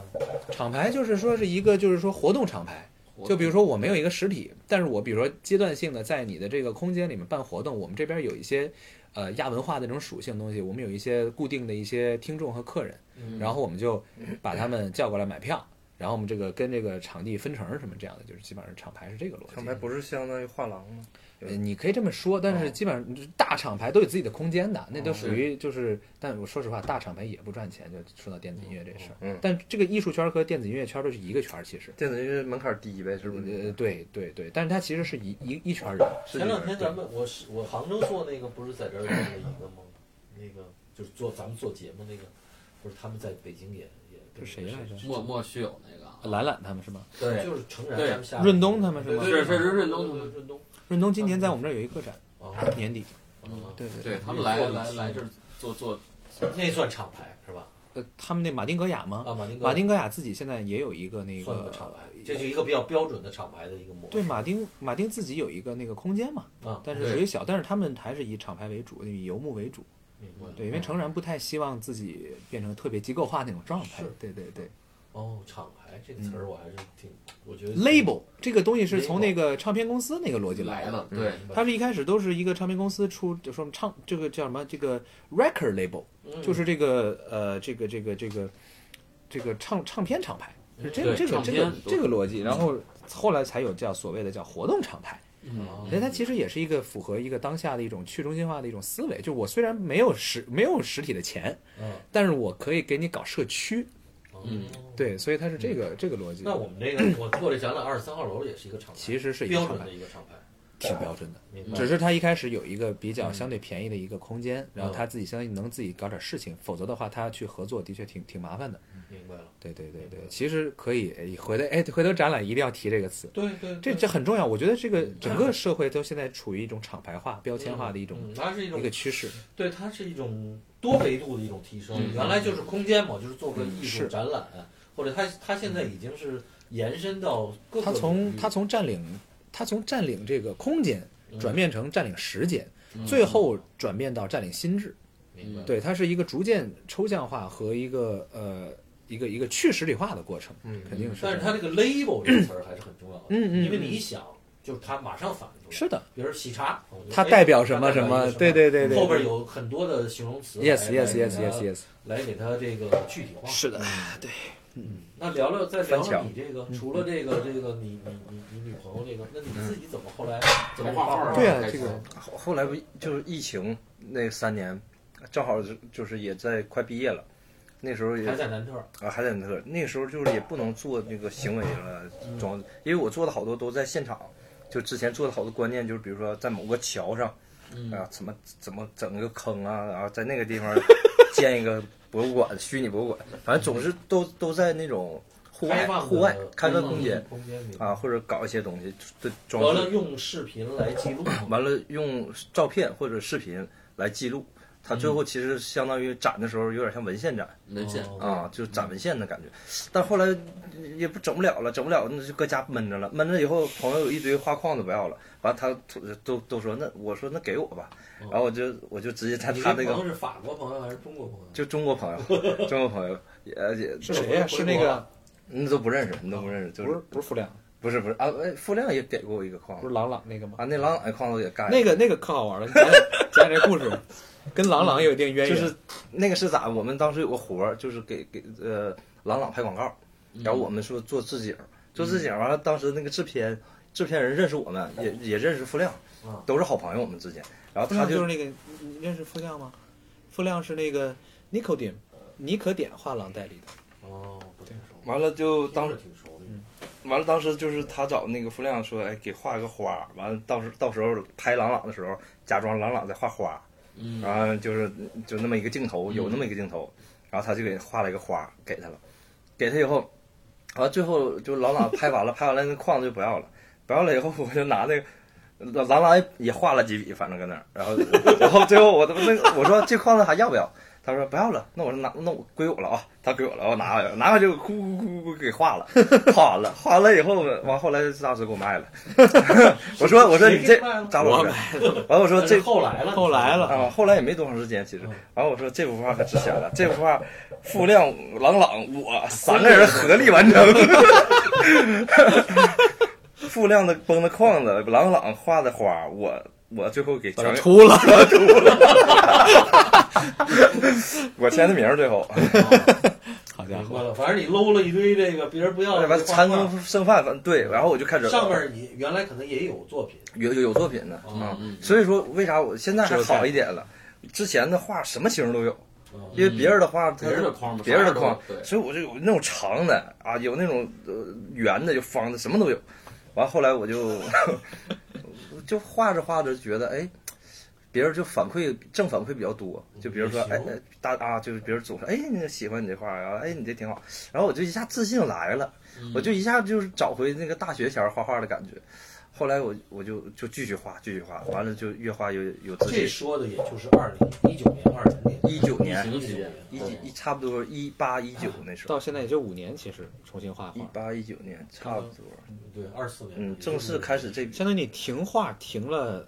厂牌，就是说是一个就是说活动厂牌。就比如说我没有一个实体，但是我比如说阶段性的在你的这个空间里面办活动，我们这边有一些呃亚文化的那种属性的东西，我们有一些固定的一些听众和客人，嗯然后我们 就把他们叫过来买票，然后我们这个跟这个场地分成什么这样的，就是基本上厂牌是这个逻辑。厂牌哦不是相当于画廊吗？呃，你可以这么说，但是基本上就是大厂牌都有自己的空间的，那哦都属于就是。但我说实话，大厂牌也不赚钱。就说到电子音乐这事儿，嗯但这个艺术圈和电子音乐圈都是一个圈儿，其实。电子音乐门槛低呗，是不呃，是？对对对，但是它其实是一一一圈人，哦前两天咱们我是我杭州做那个不是在这儿做了一个吗？那个就是做咱们做节目那个，不是他们在北京也也是谁来着莫莫须有那个啊，兰兰他们是吗？对，就是成然对他们下润东他们是吗对对是是对润东他对们润东润东今年在我们这儿有一个展，哦年底。哦对对，对他们来来来这儿做做，那算厂牌是吧？呃，他们那马丁格雅吗？啊，马丁格马丁格雅自己现在也有一个那算个厂个，牌，这是一个比较标准的厂牌的一个模对，马丁马丁自己有一个那个空间嘛，啊，但是属于小，但是他们还是以厂牌为主，以游牧为主。明白了对，因为诚然不太希望自己变成特别机构化那种状态是。对对对哦，厂牌这个嗯词儿我还是挺，我觉得，label 这个东西是从 label 那个唱片公司那个逻辑来来了，对，它是一开始都是一个唱片公司出，就说唱这个叫什么？这个 record label，、就是嗯这个呃，这个这个这个这个唱唱片厂牌，是这个对这个唱这片个都是这个逻辑。然后后来才有叫所谓的叫活动厂牌，嗯，所以它其实也是一个符合一个当下的一种去中心化的一种思维。就我虽然没有实没有实体的钱，嗯但是我可以给你搞社区，嗯。对，所以它是这嗯个、这个逻辑。那我们这个我做这展览二十三号楼也是一个厂牌，其实是一个标厂准牌的，一个厂牌，挺标准的。明白？只是他一开始有一个比嗯较相对便宜的一个空间，然后他自己相当于能自己搞点事情，否则的话他去合作的确挺挺麻烦的。明白了。对对对对，其实可以哎回头哎回头展览一定要提这个词，对对，这这很重要。我觉得这嗯个整个社会都现在处于一种厂牌化、标签化的一种嗯，它是一种一个趋势。对，它是一种多维度的一种提升。嗯原来就是空间嘛，就是做个艺术嗯是展览，或者它它现在已经是延伸到各个他从他从占领他从占领这个空间嗯转变成占领时间，最后转变到占领心智。嗯明白对，它是一个逐渐抽象化和一个呃一个一个去实体化的过程，嗯，肯定是这但样。是它这个 label 这个词儿还是很重要的，嗯嗯因为你一想，就是它马上反应出来。是的，比如喜茶，我觉得它哎代表什它么代什表一么个，对对对对后边有很多的形容词来。 ，yes yes 来 yes yes yes，来给它这个具体化。是的，对，那聊聊再聊翻聊墙你这个，除嗯了这个这个你你你你女朋友这个，那你自己怎么后来嗯怎么画画儿？对啊开始这个呃后后来不就是疫情那三年，正好就就是也在快毕业了，那时候也还在南特儿？啊，还在那个那时候就是也不能做那个行为了，嗯总因为我做的好多都在现场，就之前做的好多观念就是，比如说在某个桥上嗯啊，怎么怎么整一个坑啊，然后在那个地方建一个博物馆，虚拟博物馆，反正总是都都在那种户开外放的嗯户外开放空空间空间里啊，，或者搞一些东西，对，装完饰了用视频来记录，嗯哦完了用照片或者视频来记录。它嗯最后其实相当于展的时候有点像文献展文献，哦啊，就展文献的感觉。但后来呃也不整不了了，整不了那就搁家闷着了。闷着以后，朋友有一堆画框子不要了，完他都都说那我说那给我吧，然后我就我就直接在你他这那朋友个是法国朋友还是中国朋友？就中国朋友，中国朋友也也是谁呀、回是那个你都不认识，你都不认识，就不是是不是傅亮，不是不是啊？哎傅亮也给过我一个框不子是郎朗那个吗？啊，那郎朗框子也干那个那个可好玩了，你讲讲讲这故事，跟郎朗有一定渊就源。是那个是咋？我们当时有个活儿，就是给给呃朗朗拍广告，然后我们说做置景儿，做置景儿完了，当时那个制片制片人认识我们，也也认识傅亮嗯，都是好朋友，我们之间。然后傅他亮就就是那个，你你认识傅亮吗？傅亮是那个 Nicodem 尼可点画廊代理的。哦，不太熟，完了就当嗯时时挺熟的。完了，当时就是他找那个傅亮说，哎，给画个花儿。完了，到时到时候拍朗朗的时候，假装朗朗在画花儿，嗯然后就是就那么一个镜头，有那么一个镜头，然后他就给画了一个花儿给他了，给他以后，完了最后就朗朗拍完了，拍完了那框子就不要了，不要了以后我就拿那个。朗朗也画了几笔，反正搁那儿，然后然后最后我他妈那个我说这框子还要不要？他说不要了，那我说拿那我归我了啊，他归我了，我拿回来了，拿回来就咕咕咕咕给画了，画完了，画完了以后，完后来大师给我卖了，我说我说你这谁给卖了咋回事？完我说那这是后来了，后来了，啊，后来也没多长时间，其实嗯。完了，我说这幅画可值钱了，这幅画傅亮、郎朗啊我三个人合力 完成。傅亮的崩的框子，郎朗画的花，我我最后给把它全给秃了。我签的名儿，最后 好啊家明伙，白了。反正你搂了一堆这个别人不要的 完这个画餐框，羹剩饭，反正对，然后我就开始嗯上面你原来可能也有作品，有有有作品的嗯啊嗯，所以说为啥我现在还好一点了，之前的画什么形都有。嗯因为别人的话，他别人的框嘛别人的啥玩意儿框都有对，所以我就有那种长的啊，有那种呃圆的，有方的，什么都有。完后来我就 就画着画着觉得，哎，别人就反馈正反馈比较多，就比如说，嗯也哎行，哎大啊，就是别人总说，哎，你喜欢你这画啊，哎，你这挺好。然后我就一下自信来了，嗯我就一下就是找回那个大学前儿画画的感觉。后来我我就就继续画，继续画，完了就越画越有自这信。说的也就是二零一九年、二零年。一九疫年，情期间，一几一差不多一八一九那时候。到现在也就五年，其实重新画一画，八一九年差不多，对，二四年，嗯，正式开始这相当于你停画停了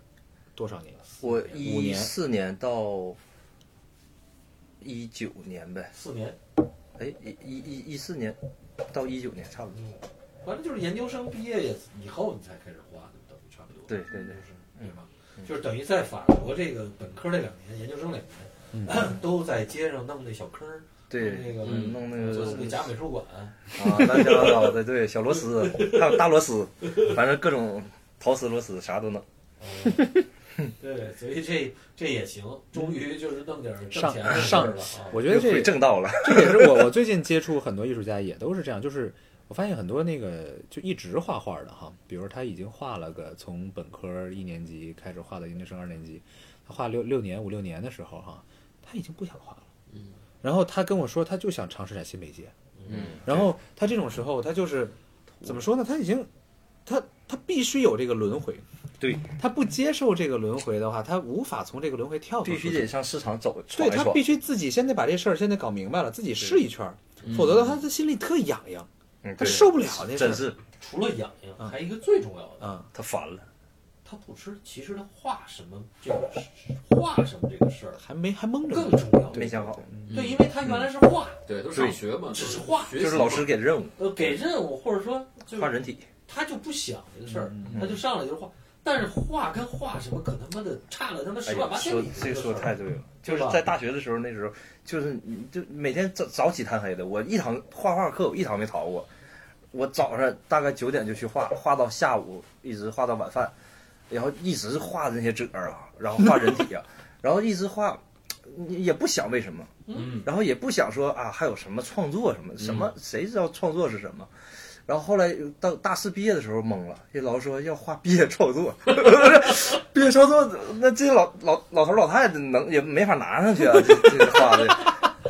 多少年？我五一年四年到一九年呗，四年，哎，一一一一四年到一九年差不多，嗯，反正就是研究生毕业也以后你才开始画的，等于差不多。对嗯对对就是对吧？就是等于在法国这个本科这两年，研究生两年， 都在街上弄那小坑儿，嗯对，那个嗯弄那就是那个假美术 馆，啊，乱七八糟的，对，小螺丝，还有大螺丝，反正各种陶瓷螺丝啥都能。嗯对，所以这这也行，终于就是弄点儿挣上钱的事上儿了啊。我觉又得回这正道了，这也是我我最近接触很多艺术家也都是这样，就是我发现很多那个就一直画画的哈，比如他已经画了个从本科一年级开始画到研究生二年级，他画六六年五六年的时候哈，他已经不想画了，嗯，然后他跟我说他就想尝试点新媒介，嗯，然后他这种时候他就是怎么说呢？他已经他他必须有这个轮回，对，他不接受这个轮回的话，他无法从这个轮回跳出必去，须得上市场走对闯一他闯必。须自己先得把这事儿先得搞明白了，自己试一圈儿，否则的话他心里特痒痒，嗯，他对，受不了那事真儿。是除了痒痒，嗯还一个最重要的，啊，他烦了，他不吃，其实他画什么这个事画什么这个事儿还没还蒙着更呢。重要。没想好，嗯对，因为他原来是画，对，都上学嘛，只是都画学习就是老师给的任务，呃，给任务或者说就画是人体。他就不想这个事儿，他就上来就画。但是画跟画什么可他妈的差了他妈哎十万呦，八千说里。这说太对了，就是吧在大学的时候，那时候就是你就每天早早起贪黑的，我一堂画画课我一堂没逃过，我早上大概九点就去画，画到下午一直画到晚饭，然后一直画那些褶儿啊，然后画人体啊， 然后一直画，你也不想为什么，嗯，然后也不想说啊还有什么创作什么什么，谁知道创作是什么？然后后来到大四毕业的时候懵了，这老师说要画毕业创作， 毕业创作那这些老老老头老太太能也没法拿上去啊，这这画的。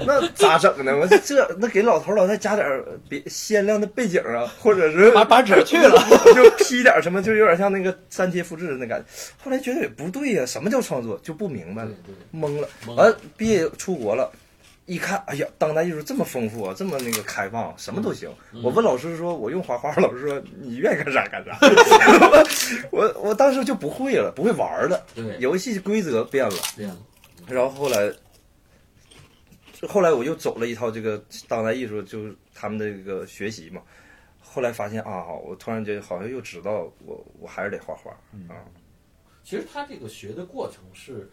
那咋整呢？我这这那给老头老太加点儿别鲜亮的背景啊，或 者是把把纸去了，就 P 点儿什么，就有点像那个粘贴复制的那感觉。后来觉得也不对呀、什么叫创作就不明白了，懵了。懵了完了毕业出国了，一看，哎呀，当代艺术这么丰富啊，这么那个开放，什么都行。我问老师说，我用画画，老师说你愿意干啥干啥。 我我当时就不会了，不会玩儿了，对，游戏规则变了。这样，然后后来，后来我又走了一套这个当代艺术，就是他们的这个学习嘛。后来发现啊，我突然间好像又知道我我还是得画画啊，其实他这个学的过程是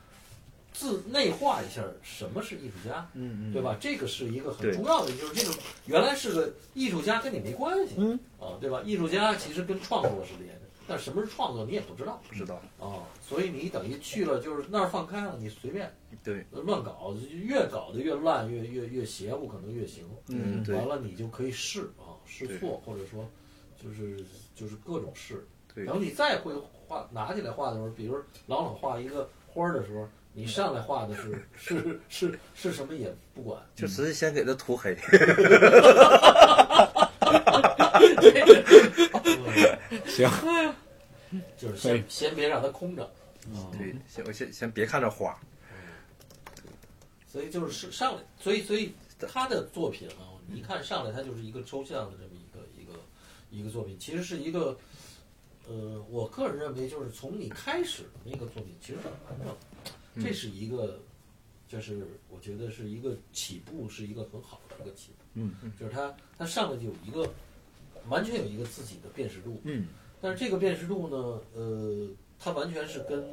自内化一下什么是艺术家，嗯对吧？这个是一个很对重要的，就是这种原来是个艺术家跟你没关系，嗯啊，对吧？艺术家其实跟创作是连着，但什么是创作你也不知道不知道啊，所以你等于去了就是那儿放开了，你随便对，乱搞，越搞得越烂，越越越邪乎，可能越行。嗯对完了你就可以试啊，试对错或者说就是就是各种试。对等你再会画拿起来画的时候，比如朗朗画一个花儿的时候，你上来画的是 是是是什么也不管，就直接先给他涂黑，行， 就是可先以先别让它空着。嗯对，先我先先别看着花，所以就是是上来，所以所以他的作品啊，你一看上来他就是一个抽象的这么一个一个一个作品，其实是一个，呃，我个人认为就是从你开始的那个作品其实很完整，这是一个，就是我觉得是一个起步，是一个很好的一个起步，嗯嗯，就是他他上来就有一个完全有一个自己的辨识度，嗯，但是这个辨识度呢，呃，它完全是跟，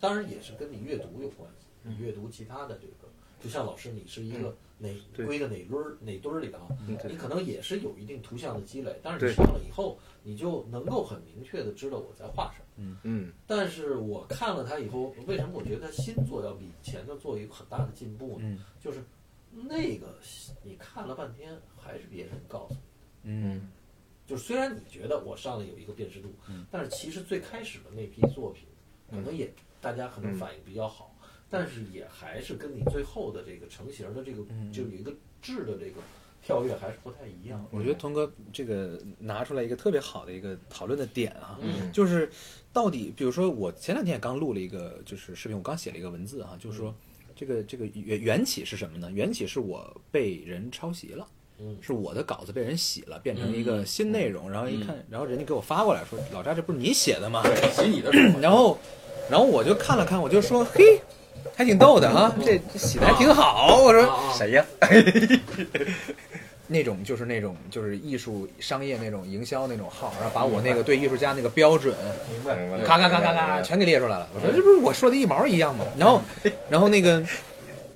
当然也是跟你阅读有关系。嗯你阅读其他的这个，就像老师，你是一个哪嗯对归到哪堆儿哪堆儿里啊嗯，对你可能也是有一定图像的积累，但是对你上了以后，你就能够很明确的知道我在画什么。嗯但是我看了他以后，为什么我觉得他新作要比以前的作有一个很大的进步呢？嗯就是那个你看了半天，还是别人告诉你。嗯就是虽然你觉得我上来有一个辨识度，但是其实最开始的那批作品，可能也大家可能反应比较好，但是也还是跟你最后的这个成型的这个、就有一个质的这个跳跃还是不太一样。我觉得童哥这个拿出来一个特别好的一个讨论的点啊，嗯就是到底，比如说我前两天也刚录了一个就是视频，我刚写了一个文字啊，就是说这个这个缘缘起是什么呢？缘起是我被人抄袭了。嗯是我的稿子被人洗了，变成一个新内容，然后一看，然后人家给我发过来说：“老扎，这不是你写的吗？”对，写你的时候，然后，然后我就看了看，我就说：“嘿，还挺逗的啊，这这洗的还挺好。”我说：“啊谁呀？ 那种就是那种就是艺术商业那种营销那种号，然后把我那个对艺术家那个标准，明白哎明白。咔咔咔咔咔全给列出来了。我说这不是我说的一毛一样吗？然后，哎然后那个，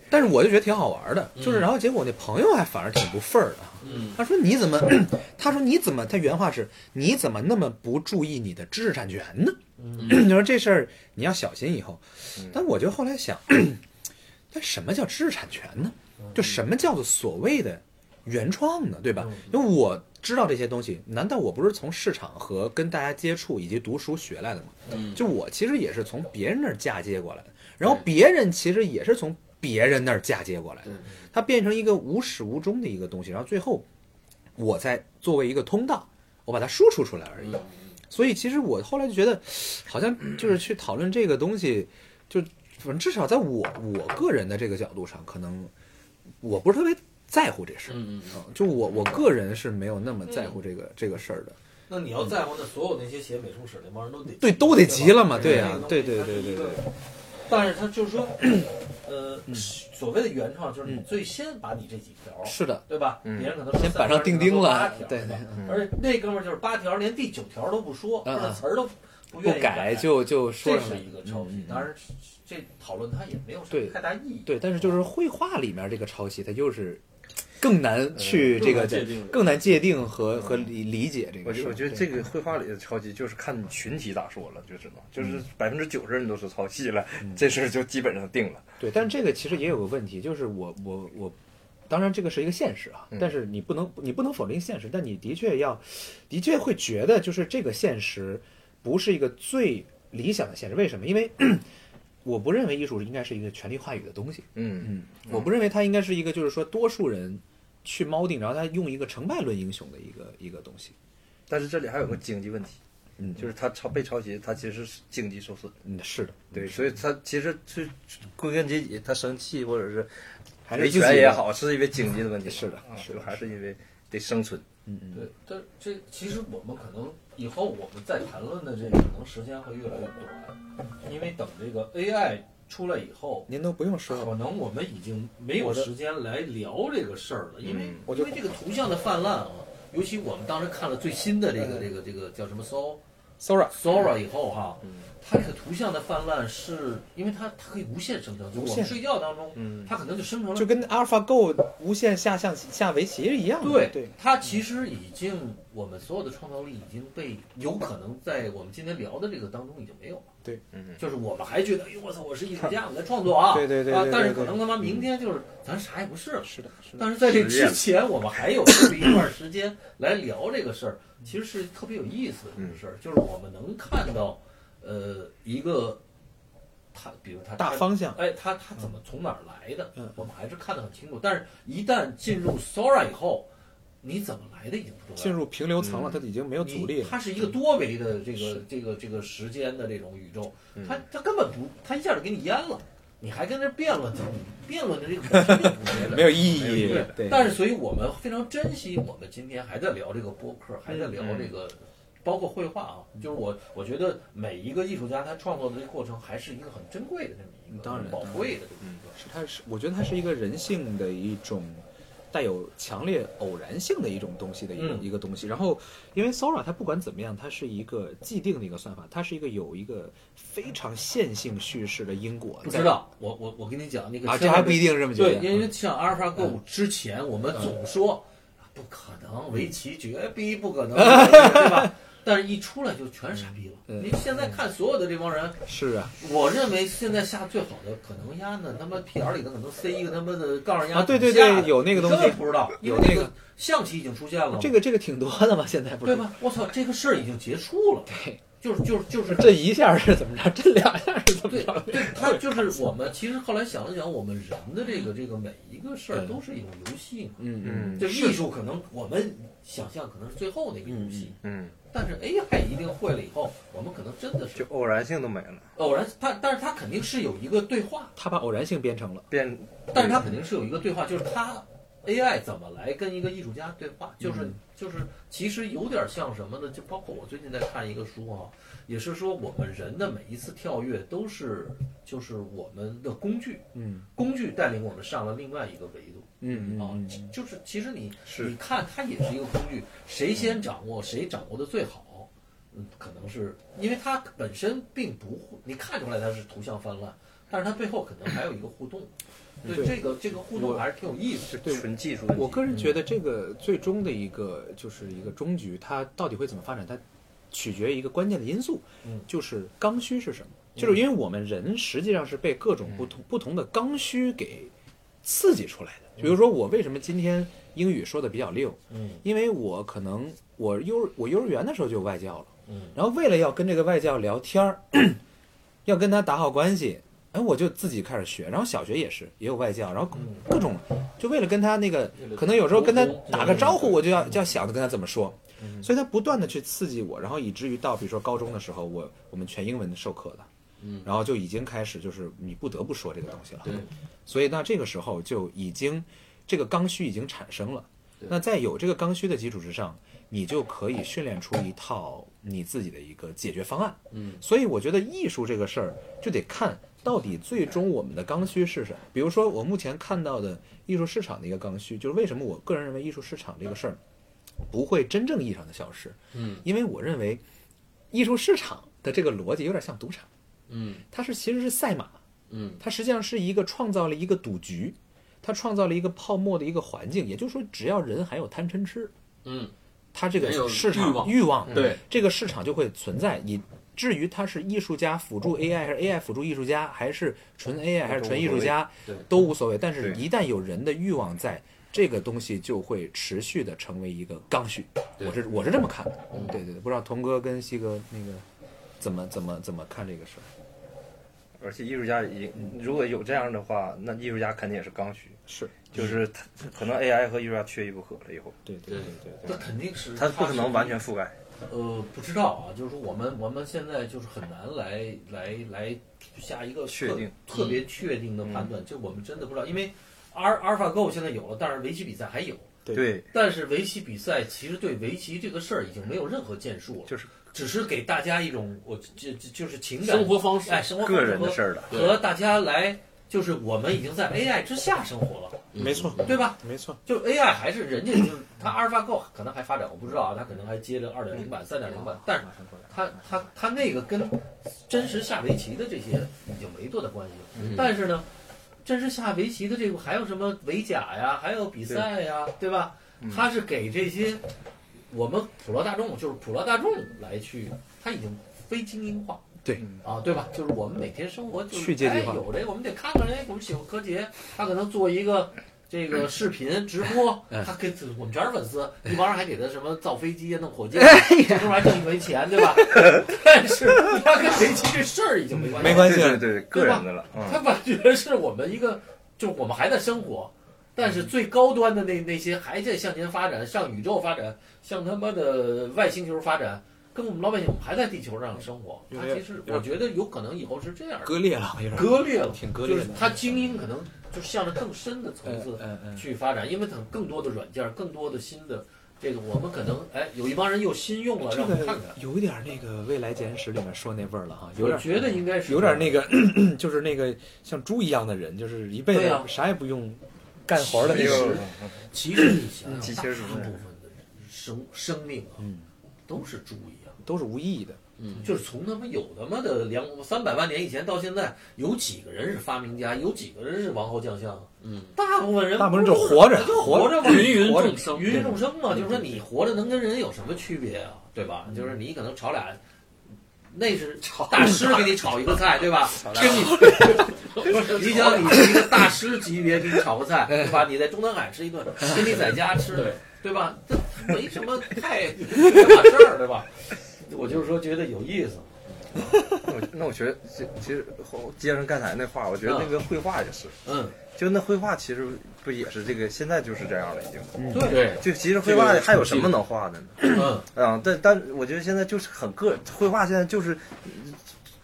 但是我就觉得挺好玩的，嗯就是然后结果我那朋友还反而挺不忿儿的。啊嗯，他说你怎么？ 他说你怎么？他原话是你怎么那么不注意你的知识产权呢？ 你说这事儿你要小心以后。但我就后来想， 但什么叫知识产权呢？就什么叫做所谓的原创呢？对吧？因为我知道这些东西，难道我不是从市场和跟大家接触以及读书学来的吗？嗯就我其实也是从别人那儿嫁接过来的，然后别人其实也是从别人那儿嫁接过来的对，它变成一个无始无终的一个东西，然后最后我再作为一个通道，我把它输出出来而已。所以其实我后来就觉得，好像就是去讨论这个东西，就反正至少在我我个人的这个角度上，可能我不是特别在乎这事儿。嗯嗯嗯就我我个人是没有那么在乎这个、这个事儿的，那你要在乎那所有那些写美术史那帮人都得对，都得急了嘛，对呀、呀，那个东西对对它是对一对个对，嗯但是他就是 说，呃，所谓的原创就是你最先把你这几条。是的，对吧？嗯别人可能说先板上钉钉了三条人家说八条对是吧嗯而且那哥们儿就是八条，连第九条都不说，嗯或者词儿都不不愿意改就就说这上是来一个抄袭嗯。嗯当然，这讨论它也没有什对么太大意义。对，但是就是绘画里面这个抄袭，它又是更难去这个界定的更难界定和和理理解这我个觉事儿。得我觉得对这个绘画里的抄袭就是看群体咋说了，就知道，嗯就是百分之九十人都是抄袭了，这事儿就基本上定了。对，但是这个其实也有个问题，就是我我我，当然这个是一个现实啊，嗯但是你不能你不能否定现实，但你的确要，的确会觉得就是这个现实不是一个最理想的现实。为什么？因为 我不认为艺术应该是一个权力话语的东西，嗯，我不认为它应该是一个就是说多数人去锚定，然后他用一个成败论英雄的一个一个东西。但是这里还有个经济问题，嗯，就是他抄被抄袭，他其实是经济受损。嗯是的，对，所以他其实最归根结底，他生气或者是还维是自己权也的，好，是因为经济的问 题。是的啊是的就还是因为得生存。嗯嗯。对，但是这其实我们可能以后我们再谈论的这个，可能时间会越来越短，因为等这个 AI 出来以后，您都不用啊说了，可能我们已经没有时间来聊这个事儿了，因为嗯因为这个图像的泛滥啊，尤其我们当时看了最新的这个这个这个叫什么 Sora ，Sora， Sora 以后哈，它这个图像的泛滥是因为它它可以无限生成，就我限们睡觉当中，嗯它可能就生成了就跟 AlphaGo 无限下象棋下围棋是一样的。对对，它其实已经，我们所有的创造力已经被有可能在我们今天聊的这个当中已经没有了。对，嗯就是我们还觉得，哎呦我操，我是艺术家，我在创作啊，对对对啊对，对但是可对能他妈明天就是咱啥也不是了。是的，是的。但是在这实验之前，我们还有这么一段时间来聊这个事儿，嗯其实是特别有意思的一个事儿，就是我们能看到，呃，一个他，比如他大方向，哎，他他怎么从哪儿来的？嗯我们还是看得很清楚。但是，一旦进入 Sora 以后，你怎么来的已经不重要了。进入平流层了，它已经没有阻力你了。它是一个多维的这个这个这个时间的这种宇宙，嗯嗯它它根本不，它一下就给你淹了，你还跟这辩论，辩论的这个本身就不对的没有意义对，对但是，所以我们非常珍惜我们今天还在聊这个播客，还在嗯聊这个，包括绘画啊，就是我我觉得每一个艺术家他创作的这个过程，还是一个很珍贵的这么一个当然嗯很宝贵的这么一个。是它是，我觉得它是一个人性的一种带有强烈偶然性的一种东西的一个、嗯一个东西。然后，因为 Sora 它不管怎么样，它是一个既定的一个算法，它是一个有一个非常线性叙事的因果。不知道，我我我跟你讲，那个啊，千这万还别不一定是这么嗯觉对，得。嗯因为像阿尔法 Go 之前，我们总说、啊不可能，围棋绝逼不 可能，对吧？但是一出来就全是傻逼了。嗯你现在看所有的这帮人，是啊，我认为现在下最好的可能鸭呢，他妈屁眼里头可能塞一个他妈的杠上鸭啊对对底下对有那个东西你根本不知道，因为有那那个个象棋已经出现了，这个这个挺多的吧？现在不是哦对？吧？我操，这个事儿已经结束了，对，就是就是就是这一下是怎么着？这两下是怎么对着？对，他就是我们。其实后来想了想，我们人的这个这个每一个事儿嗯都是一种游戏嘛。嗯嗯就艺术可能我们想象可能是最后那个游戏，嗯，但是 AI 一定会了以后，我们可能真的就是偶然性都没了，偶然，它但是它肯定是有一个对话，他把偶然性编成了，变但是它肯定是有一个对话，就是它 AI 怎么来跟一个艺术家对话，就是、嗯就是其实有点像什么呢？就包括我最近在看一个书啊，也是说我们人的每一次跳跃都是就是我们的工具，嗯工具带领我们上了另外一个维度。嗯啊，就就是其实你是你看它也是一个工具，谁先掌握谁掌握的最好，嗯，可能是因为它本身并不会，你看出来它是图像泛滥，但是它背后可能还有一个互动，对嗯对这个这个互动还是挺有意思的。就纯技术问题。嗯我个人觉得这个最终的一个就是一个终局，它到底会怎么发展，它取决于一个关键的因素，嗯就是刚需是什么。就是因为我们人实际上是被各种不嗯同、不同的刚需给刺激出来的。比如说，我为什么今天英语说的比较溜？嗯因为我可能我幼我幼儿园的时候就有外教了，嗯，然后为了要跟这个外教聊天儿， 要跟他打好关系，哎，我就自己开始学。然后小学也是也有外教，然后嗯各种就为了跟他那个为，了可能有时候跟他沟通打个招呼，嗯我就要就要想着跟他怎么说，所以他不断的去刺激我，然后以至于到比如说高中的时候，我我们全英文授课的。嗯然后就已经开始，就是你不得不说这个东西了。对，所以那这个时候就已经这个刚需已经产生了。对那在有这个刚需的基础之上，你就可以训练出一套你自己的一个解决方案。嗯，所以我觉得艺术这个事儿就得看到底最终我们的刚需是什么。比如说我目前看到的艺术市场的一个刚需，就是为什么我个人认为艺术市场这个事儿不会真正意义上的消失。嗯，因为我认为艺术市场的这个逻辑有点像赌场，嗯它是其实是赛马，嗯它实际上是一个创造了一个赌局，它创造了一个泡沫的一个环境。也就是说，只要人还有贪嗔痴，嗯，它这还个有市欲望场欲望，对，这个市场就会存在。以至于它是艺术家辅助 AI，还是 AI 辅助艺术家，还是纯 AI 还是纯艺术家对对，都无所谓。但是，对一旦有人的欲望在，这个东西就会持续的成为一个刚需。对我是我是这么看的。对对对，不知道童哥跟西哥那个怎么怎么怎么看这个事儿？而且艺术家已经如果有这样的话，那艺术家肯定也是刚需，是就是他可能 AI 和艺术家缺一不可了以后，对对对对对那肯定是他不可能嗯是完全覆盖。呃，不知道啊，就是说我们我们现在就是很难来来来下一个确特定嗯特别确定的判断，这我们真的不知道，因为阿尔阿尔法狗现在有了，但是围棋比赛还有，对，但是围棋比赛其实对围棋这个事儿已经没有任何建树了，就是只是给大家一种我就就就是情感生活方式，哎生活个人的方式事儿了。和和大家来。就是我们已经在 AI 之下生活了，嗯没错，对吧？没错，就 AI 还是人家就是它阿尔法狗可能还发展，我不知道啊，它可能还接着二点零版、三点零版，但是马上过来。它它它那个跟真实下围棋的这些已经没多大关系了。嗯但是呢，真实下围棋的这个还有什么围甲呀，还有比赛呀，对吧？嗯它是给这些我们普罗大众，就是普罗大众来去，它已经非精英化。对啊，对吧？就是我们每天生活就是去阶级化哎、有这个我们得看看哎，我们喜欢柯洁，他可能做一个这个视频直播， 嗯他给我们全是粉丝，一帮人还给他什么造飞机啊、弄火 箭啊，这时候还挣一回钱，对吧？但是他跟围棋这事儿已经没关系，没关系对对对，个人的了。他嗯，完全是我们一个，就是我们还在生活，但嗯是最高端的那那些还在向前发展，向宇宙发展，向他妈的外星球发展，跟我们老百姓我们还在地球上生活。有他点其实有点我觉得有可能以后是这样的，割裂了，有点割裂了，挺割就裂是的。他精英可能就向着更深的层嗯次嗯嗯，去发展，因为它有更多的软件，更多的新的这个，我们可能哎有一帮人又新用了，这让我们看个看。有一点那个《未来简史》里面说那味儿了哈，有我点嗯觉得应该是有点那个， 就是那个像猪一样的人，就是一辈对子啊啥也不用干活的那没个有人。其实你想机想，器大人主部宰分的人生生命啊，嗯都是猪一样，都是无意义的。嗯就是从他妈有他妈的两三百万年以前到现在，有几个人是发明家，有几个人是王侯将相啊？嗯，大部分人大部分不人是就活着就活活着嘛，芸芸众生，芸芸众生嘛，就是说你活着能跟人有什么区别啊？对吧？就是你可能炒俩，那是大师给你 炒一个菜，对吧？跟你，你想你是一个大师级别给你炒个菜， 对吧？你在中南海吃 一顿，跟你在家吃，对对吧？这没什么太 大事儿，对吧？我就是说觉得有意思，那我那我觉得，其其实接上刚才那话，我觉得那个绘画也是，嗯，就那绘画其实不也是这个，现在就是这样了已经。对，对，就其实绘画还有什么能画的呢？嗯，啊，但但我觉得现在就是很个绘画，现在就是嗯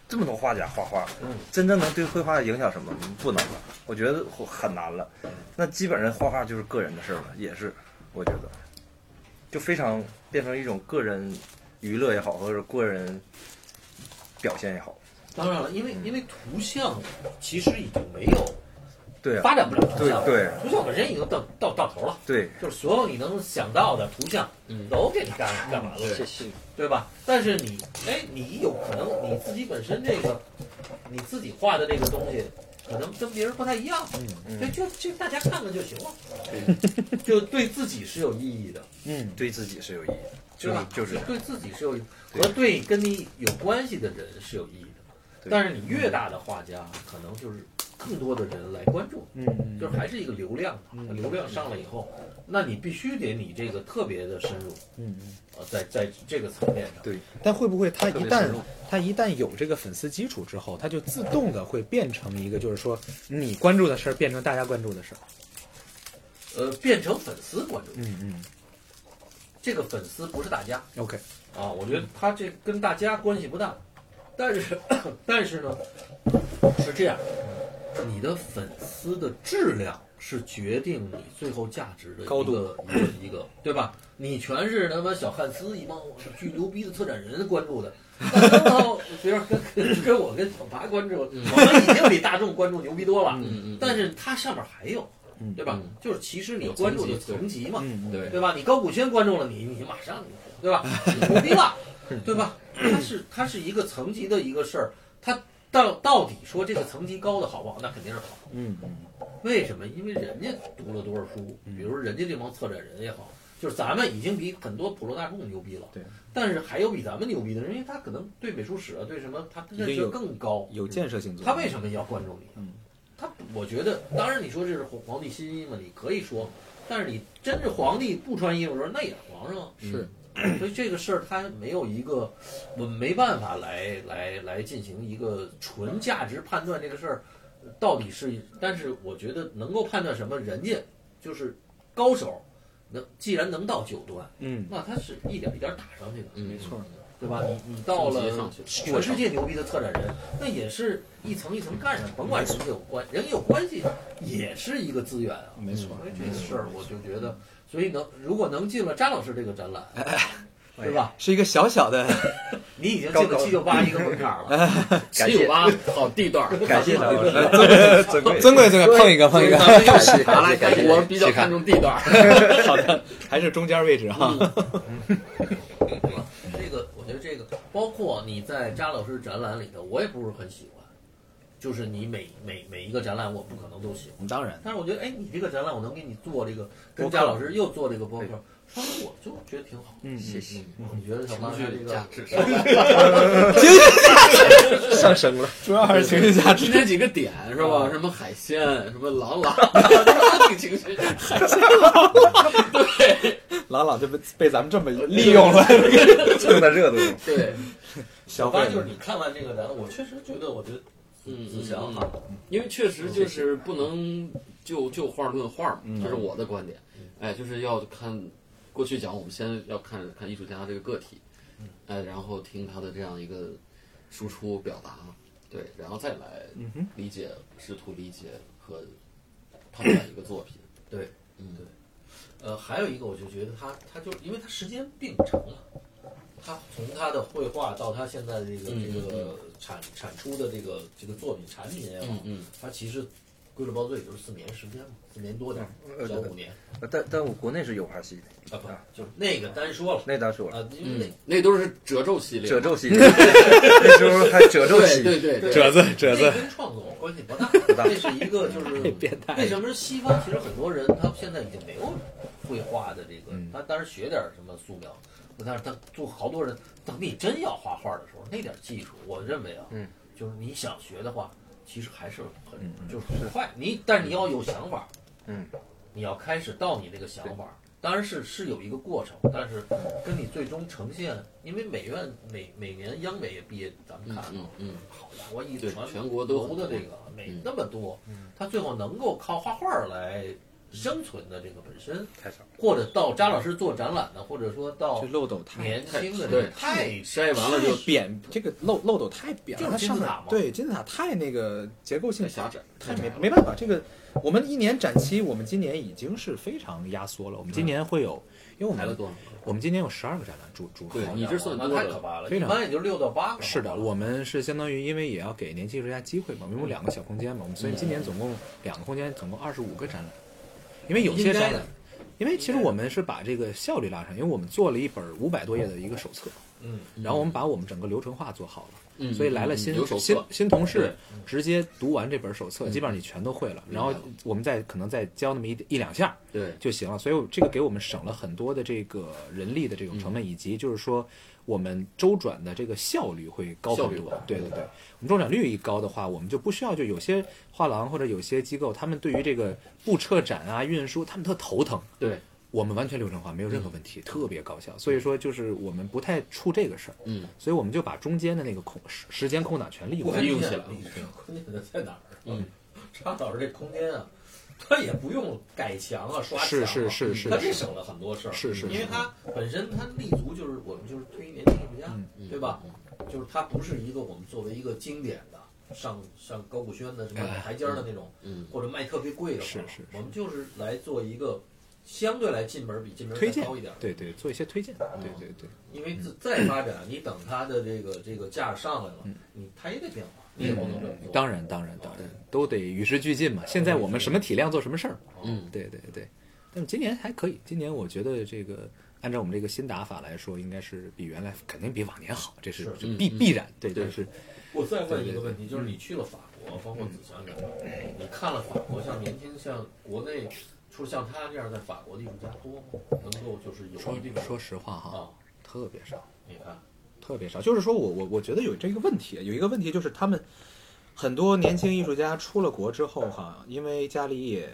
这么多画家画画，嗯真正能对绘画影响什么嗯不能了，我觉得很难了。嗯那基本上画画就是个人的事儿了，也是我觉得，就非常变成一种个人娱乐也好，或者个人表现也好，当然了，因为嗯因为图像其实已经没有对啊，发展不了图对像了，对图像本身已经到到到头了。对，就是所有你能想到的图像，嗯都给你干干完了，对吧？但是你，哎，你有可能你自己本身这个，你自己画的这个东西，可能跟别人不太一样，嗯就就就大家看看就行了，就对自己是有意义的，嗯，对自己是有意义的，对吧？就是就是对自己是有意和对跟你有关系的人是有意义的，对但是你越大的画家，可能就是更多的人来关注，嗯就是还是一个流量嘛，流量上了以后，那你必须得你这个特别的深入，嗯，呃，在在这个层面上，对但会不会他一别旦深入他一旦有这个粉丝基础之后，他就自动的会变成一个，就是说你关注的事儿变成大家关注的事儿。呃，变成粉丝关注，嗯嗯这个粉丝不是大家，OK，啊，我觉得他这跟大家关系不大，但是但是呢，是这样，你的粉丝的质量是决定你最后价值的一个高度一个一个，对吧？你全是他妈小汉斯一帮巨牛逼的策展人关注的，然后比如跟跟跟我跟小爬关注，我们已经比大众关注牛逼多了，嗯嗯，嗯但是它上面还有，对吧？就是其实你有关注层级的层级嘛，嗯对 对吧？你高古轩关注了你，你马上对吧？你牛逼了，对吧？它是它是一个层级的一个事儿，它到到底说这个层级高的好不好，那肯定是好。嗯，为什么？因为人家读了多少书，比如人家这帮策展人也好，就是咱们已经比很多普罗大众牛逼了。对。但是还有比咱们牛逼的人，因为他可能对美术史啊，对什么，他认已经识有更高。有建设性作用。他为什么要关注你？嗯，他我觉得，当然你说这是皇皇帝新衣嘛，你可以说，但是你真是皇帝不穿衣服的时候，那也是皇上啊。是所以这个事儿它没有一个，我们没办法来来来进行一个纯价值判断这个事儿到底是，但是我觉得能够判断什么，人家就是高手，能既然能到九段，嗯，那他是一点一点打上去的，嗯，没错，对吧？你你到升了级上去全世界牛逼的策展人，那也是一层一层干上，甭管人家有关人家有关系，也是一个资源啊。没错嗯所以这个事儿我就觉得，所以能如果能进了张老师这个展览，哎对吧？是一个小小的你已经进了七九八一个门槛儿哎了，感七谢九啊八好地段儿，感谢张 老师，尊贵尊贵尊贵，碰一个碰一个，咱们要是好嘞 感谢我比较看重地段儿，好的， 还是中间位置啊哈。对吧？这个我觉得这个，包括你在扎老师展览里头，我也不是很喜欢，就是你每每每一个展览，我不可能都喜欢。当然，但是我觉得，哎，你这个展览，我能给你做这个，跟播客贾老师又做这个播客，稍微我就觉得挺好。嗯，谢谢。你觉得小八情这绪个价值。情绪上升了，主要还是情绪价值。今天几个点是吧？什么海鲜，什么朗朗，挺情绪。海鲜，对朗朗就被被咱们这么利用了，蹭的热度。 对， 消反费正就是你看完这个展览，我确实觉得，我觉得嗯，子祥嗯好。因为确实就是不能就就画论画嘛，嗯这是我的观点。哎，就是要看过去讲，我们先要看看艺术家这个个体，嗯哎，然后听他的这样一个输出表达，对，然后再来嗯哼，理解，试图理解和判断一个作品。对，嗯，呃，还有一个，我就觉得他他就因为他时间并不长嘛，他从他的绘画到他现在的这个嗯这嗯个产产出的这个这个作品产品也好嗯，嗯，他其实归了包最就是四年时间嘛，四年多点儿，嗯呃小五年但但我国内是有哈戏的，啊，不就是那个单说了那单说了，啊，因为嗯，那都是褶皱系列，褶皱戏， 那时候还褶皱对戏，对对对，褶子褶那子，跟创作关系不大，大那是一个就是变态为什么西方其实很多人他现在已经没有绘画的这个，他当然学点什么素描，但是他做好多人，等你真要画画的时候，那点技术，我认为啊，嗯，就是你想学的话，其实还是很、就是很快，你但是你要有想法，嗯，你要开始到你这个想法。当然是是有一个过程，但是跟你最终呈现，因为美院每每年央美也毕业，咱们嗯看啊，嗯嗯，好家伙，一对船全国都投很的多这个没嗯那么多，他最后能够靠画画来生存的这个本身，太少了。或者到张老师做展览的，或者说到这漏斗太年轻的这对个，太哎筛完了就扁，这个漏漏斗太扁了，就它是金上字面塔嘛对金字塔太那个结构性狭窄，太没没办法，这个我们一年展期，我们今年已经是非常压缩了。我们今年会有，因为我排了们多少？我们今年有十二个展览主主对好你这算啊那多太的可了，怕了，非一常般也就六到八个。是的，我们是相当于因为也要给年轻艺术家机会嘛，我们嗯有两个小空间嘛，我们所以今年总共两个空间，总共二十五个展览。因为有些应该展览的，因为其实我们是把这个效率拉上，因为我们做了一本五百多页的一个手册，嗯，然后我们把我们整个流程化做好了。嗯，所以来了嗯新有手新册，新同事对，嗯直接读完这本手册，基本上你全都会了。然后明白了我们再可能再教那么一一两下儿对，就行了。所以这个给我们省了很多的这个人力的这种成嗯本，以及就是说我们周转的这个效率会高效很率多高。对对对，我们周转率一高的话，我们就不需要就有些画廊或者有些机构，他们对于这个不撤展啊、运输，他们特头疼。对，嗯我们完全流程化，没有任何问题，特别高效。所以说，就是我们不太怵这个事儿，嗯，所以我们就把中间的那个空时时间空档全利用我利用起来了你这个关键的在哪儿？嗯，张老师这空间啊，他也不用改墙啊、刷墙啊，是是是是他这省了很多事儿。是是因为是他本身他立足就是我们就是推年轻艺术家，嗯对吧？就是它不是一个我们作为一个经典的上上高古轩的什么台阶儿的那种，嗯，或者卖特别贵的话，哎是是是我们就是来做一个相对来进门比进门推再荐嗯高一点儿，对对，做一些推荐，对对对，因为自再发展，你等它的这个这个价上来了，嗯你它也得变化，你也不能这么哦做。当然当然当然，都得与时俱进嘛。现在我们什么体量做什么事儿，嗯，对对对。但是今年还可以，今年我觉得这个按照我们这个新打法来说，应该是比原来肯定比往年好，这是是就必嗯嗯必然。对，对但是我再问一个问题，就是嗯你去了法国，包括子祥你，你看了法国，像年轻像国内，除了像他这样在法国的艺术家多吗？能够就是有说这个说实话啊，哈，特别少。你看，特别少。就是说我我我觉得有这个问题，有一个问题就是他们很多年轻艺术家出了国之后哈，因为家里也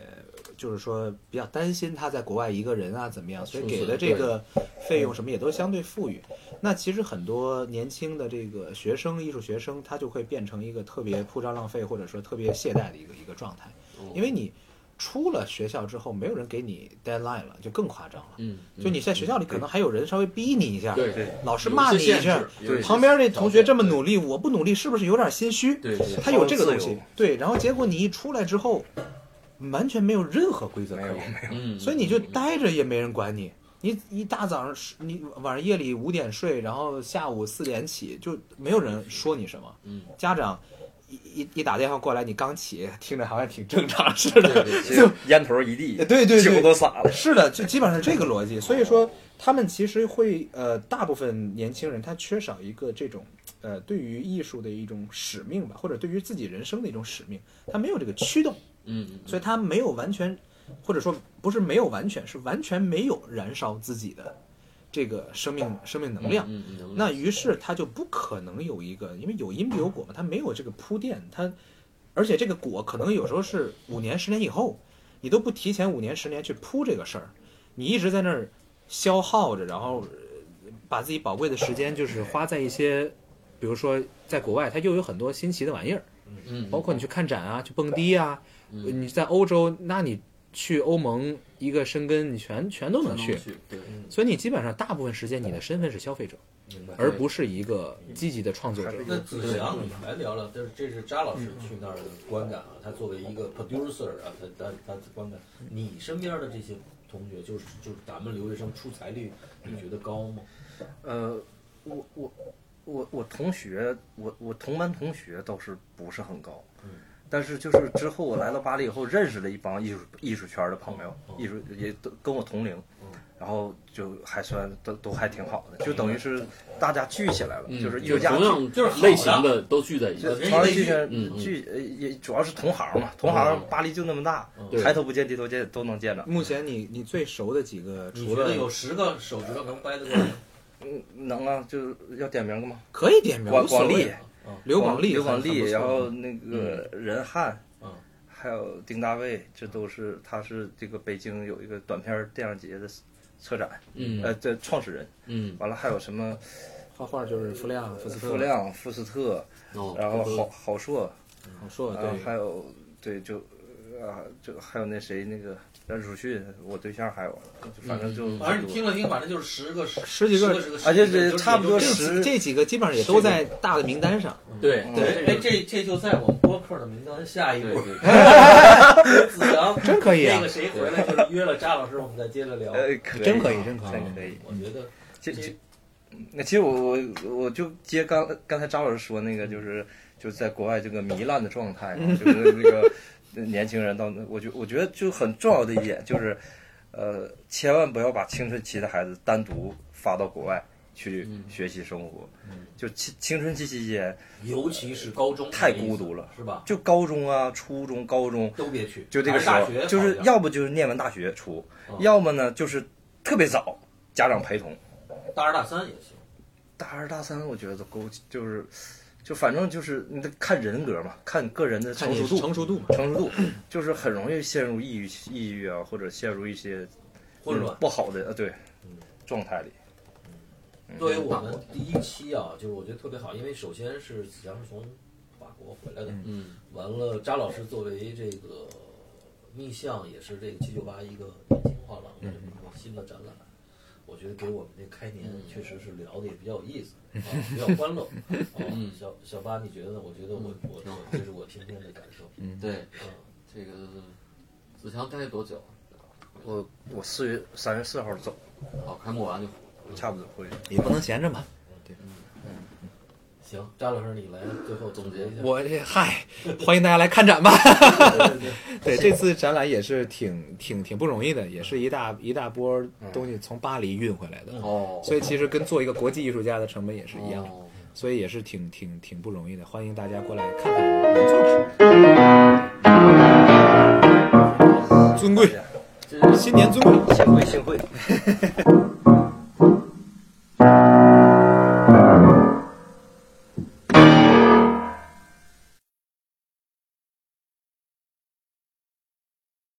就是说比较担心他在国外一个人啊怎么样，所以是是给的这个费用什么也都相对富裕。那其实很多年轻的这个学生、艺术学生，他就会变成一个特别铺张浪费或者说特别懈怠的一个一个状态，哦因为你。出了学校之后，没有人给你 deadline 了，就更夸张了。嗯，嗯就你在学校里，可能还有人稍微逼你一下，对对，老师骂你一下，有一些限制有一些旁边那同学这么条件努力，我不努力是不是有点心虚？对对对他有这个东自西由，对，然后结果你一出来之后，完全没有任何规则可言，嗯，所以你就嗯嗯待着也没人管你。你一大早上十，你晚上夜里五点睡，然后下午四点起，就没有人说你什么。嗯，家长一一一打电话过来，你刚起，听着好像挺正常似对的，对 这个烟头一地，对对对酒都洒了。是的，就基本上是这个逻辑。所以说，他们其实会呃，大部分年轻人他缺少一个这种呃，对于艺术的一种使命吧，或者对于自己人生的一种使命，他没有这个驱动，嗯嗯，所以他没有完全，或者说不是没有完全，是完全没有燃烧自己的这个生命生命能量。嗯嗯能量，那于是他就不可能有一个，因为有因必有果嘛，他没有这个铺垫，他而且这个果可能有时候是五年、十年以后，你都不提前五年、十年去铺这个事儿，你一直在那儿消耗着，然后呃把自己宝贵的时间就是花在一些，比如说在国外，它又有很多新奇的玩意儿，嗯包括你去看展啊，去蹦迪啊，嗯你在欧洲，那你去欧盟一个申根，你全全都能去，去，对，所以你基本上大部分时间你的身份是消费者。嗯明白。而不是一个积极的创作者。那子祥，你来聊聊，这是这是扎老师去那儿的观感啊。他作为一个 producer 啊，他他他的观感，你身边的这些同学，就是就是咱们留学生出才率，你觉得高吗？呃，我我我我同学，我我同班同学倒是不是很高，但是就是之后我来到巴黎以后，认识了一帮艺术艺术圈的朋友，艺术也都跟我同龄，然后就还算都都还挺好的，就等于是大家聚起来了，嗯就是艺就术家同聚样就是好的类型的都聚在一起，这人朝阳类区聚圈嗯嗯聚呃也主要是同行嘛，同行巴黎就那么大，对抬头不见低头见都能见着。目前你你最熟的几个，你除觉了得有十个手指头能掰得过来吗？嗯，能啊，就是要点名个吗？可以点名广无所广谓利，刘广利、刘广利，还然后那个任翰，嗯还有丁大卫，这都是他是这个北京有一个短片电影节的策展，嗯呃，这创始人。嗯，完了还有什么画画就是傅亮、傅斯特、傅亮、傅斯特，哦，然后都郝郝硕，郝硕，然后啊还哦对，有对就啊就还有那谁那个任楚迅，我对象还有，就反嗯正就很多反正你听了听，反正就是十个十十几个个，十个，而且十个这就是差不多也就十这这几个基本上也都在大的名单上。对嗯对对，哎，这这就在我们播客的名单下一对步。 对，子祥真可以啊那个谁回来就是约了扎老师，我们再接着聊。呃可以真可以真可以真可嗯以。我觉得这这这，那其实我我我就接刚刚才张老师说那个，就是就是在国外这个糜烂的状态嘛，就是那个呃年轻人到那，我觉我觉得就很重要的一点就是，呃，千万不要把青春期的孩子单独发到国外去嗯学习生活，就青青春期期间尤其是高中太孤独了，是吧？就高中啊、初中、高中都别去，就这个时大候学，就是好像要不就是念完大学出，要么呢就是特别早家长陪同。大二大三也行。大二大三，我觉得都够，就是，就反正就是你得看人格嘛，看个人的看成你熟度，成熟度嘛，成熟度，就是很容易陷入抑郁、抑郁啊，或者陷入一些混乱嗯不好的呃对状态里。嗯作为我们第一期啊，就是我觉得特别好，因为首先是子强是从法国回来的，嗯，完了扎老师作为这个逆向也是这个七九八一个年轻画廊的嗯这么一个新的展览，我觉得给我们这开年嗯确实是聊的也比较有意思啊，比较欢 乐。嗯啊，小小八你觉得呢？我觉得我我我这是我今天的感受。嗯，对，这个子强待多久啊？我我四月三月四号走，好，开幕完就差不多会。也不能闲着嘛。行，张老师你来最后总结一下。我这嗨，欢迎大家来看展吧。对对对 对，这次展览也是挺挺挺不容易的，也是一大一大波东西从巴黎运回来的，哦，所以其实跟做一个国际艺术家的成本也是一样的，哦所以也是挺挺挺不容易的。欢迎大家过来看看我们作品。尊贵，这新年尊贵。幸会幸会。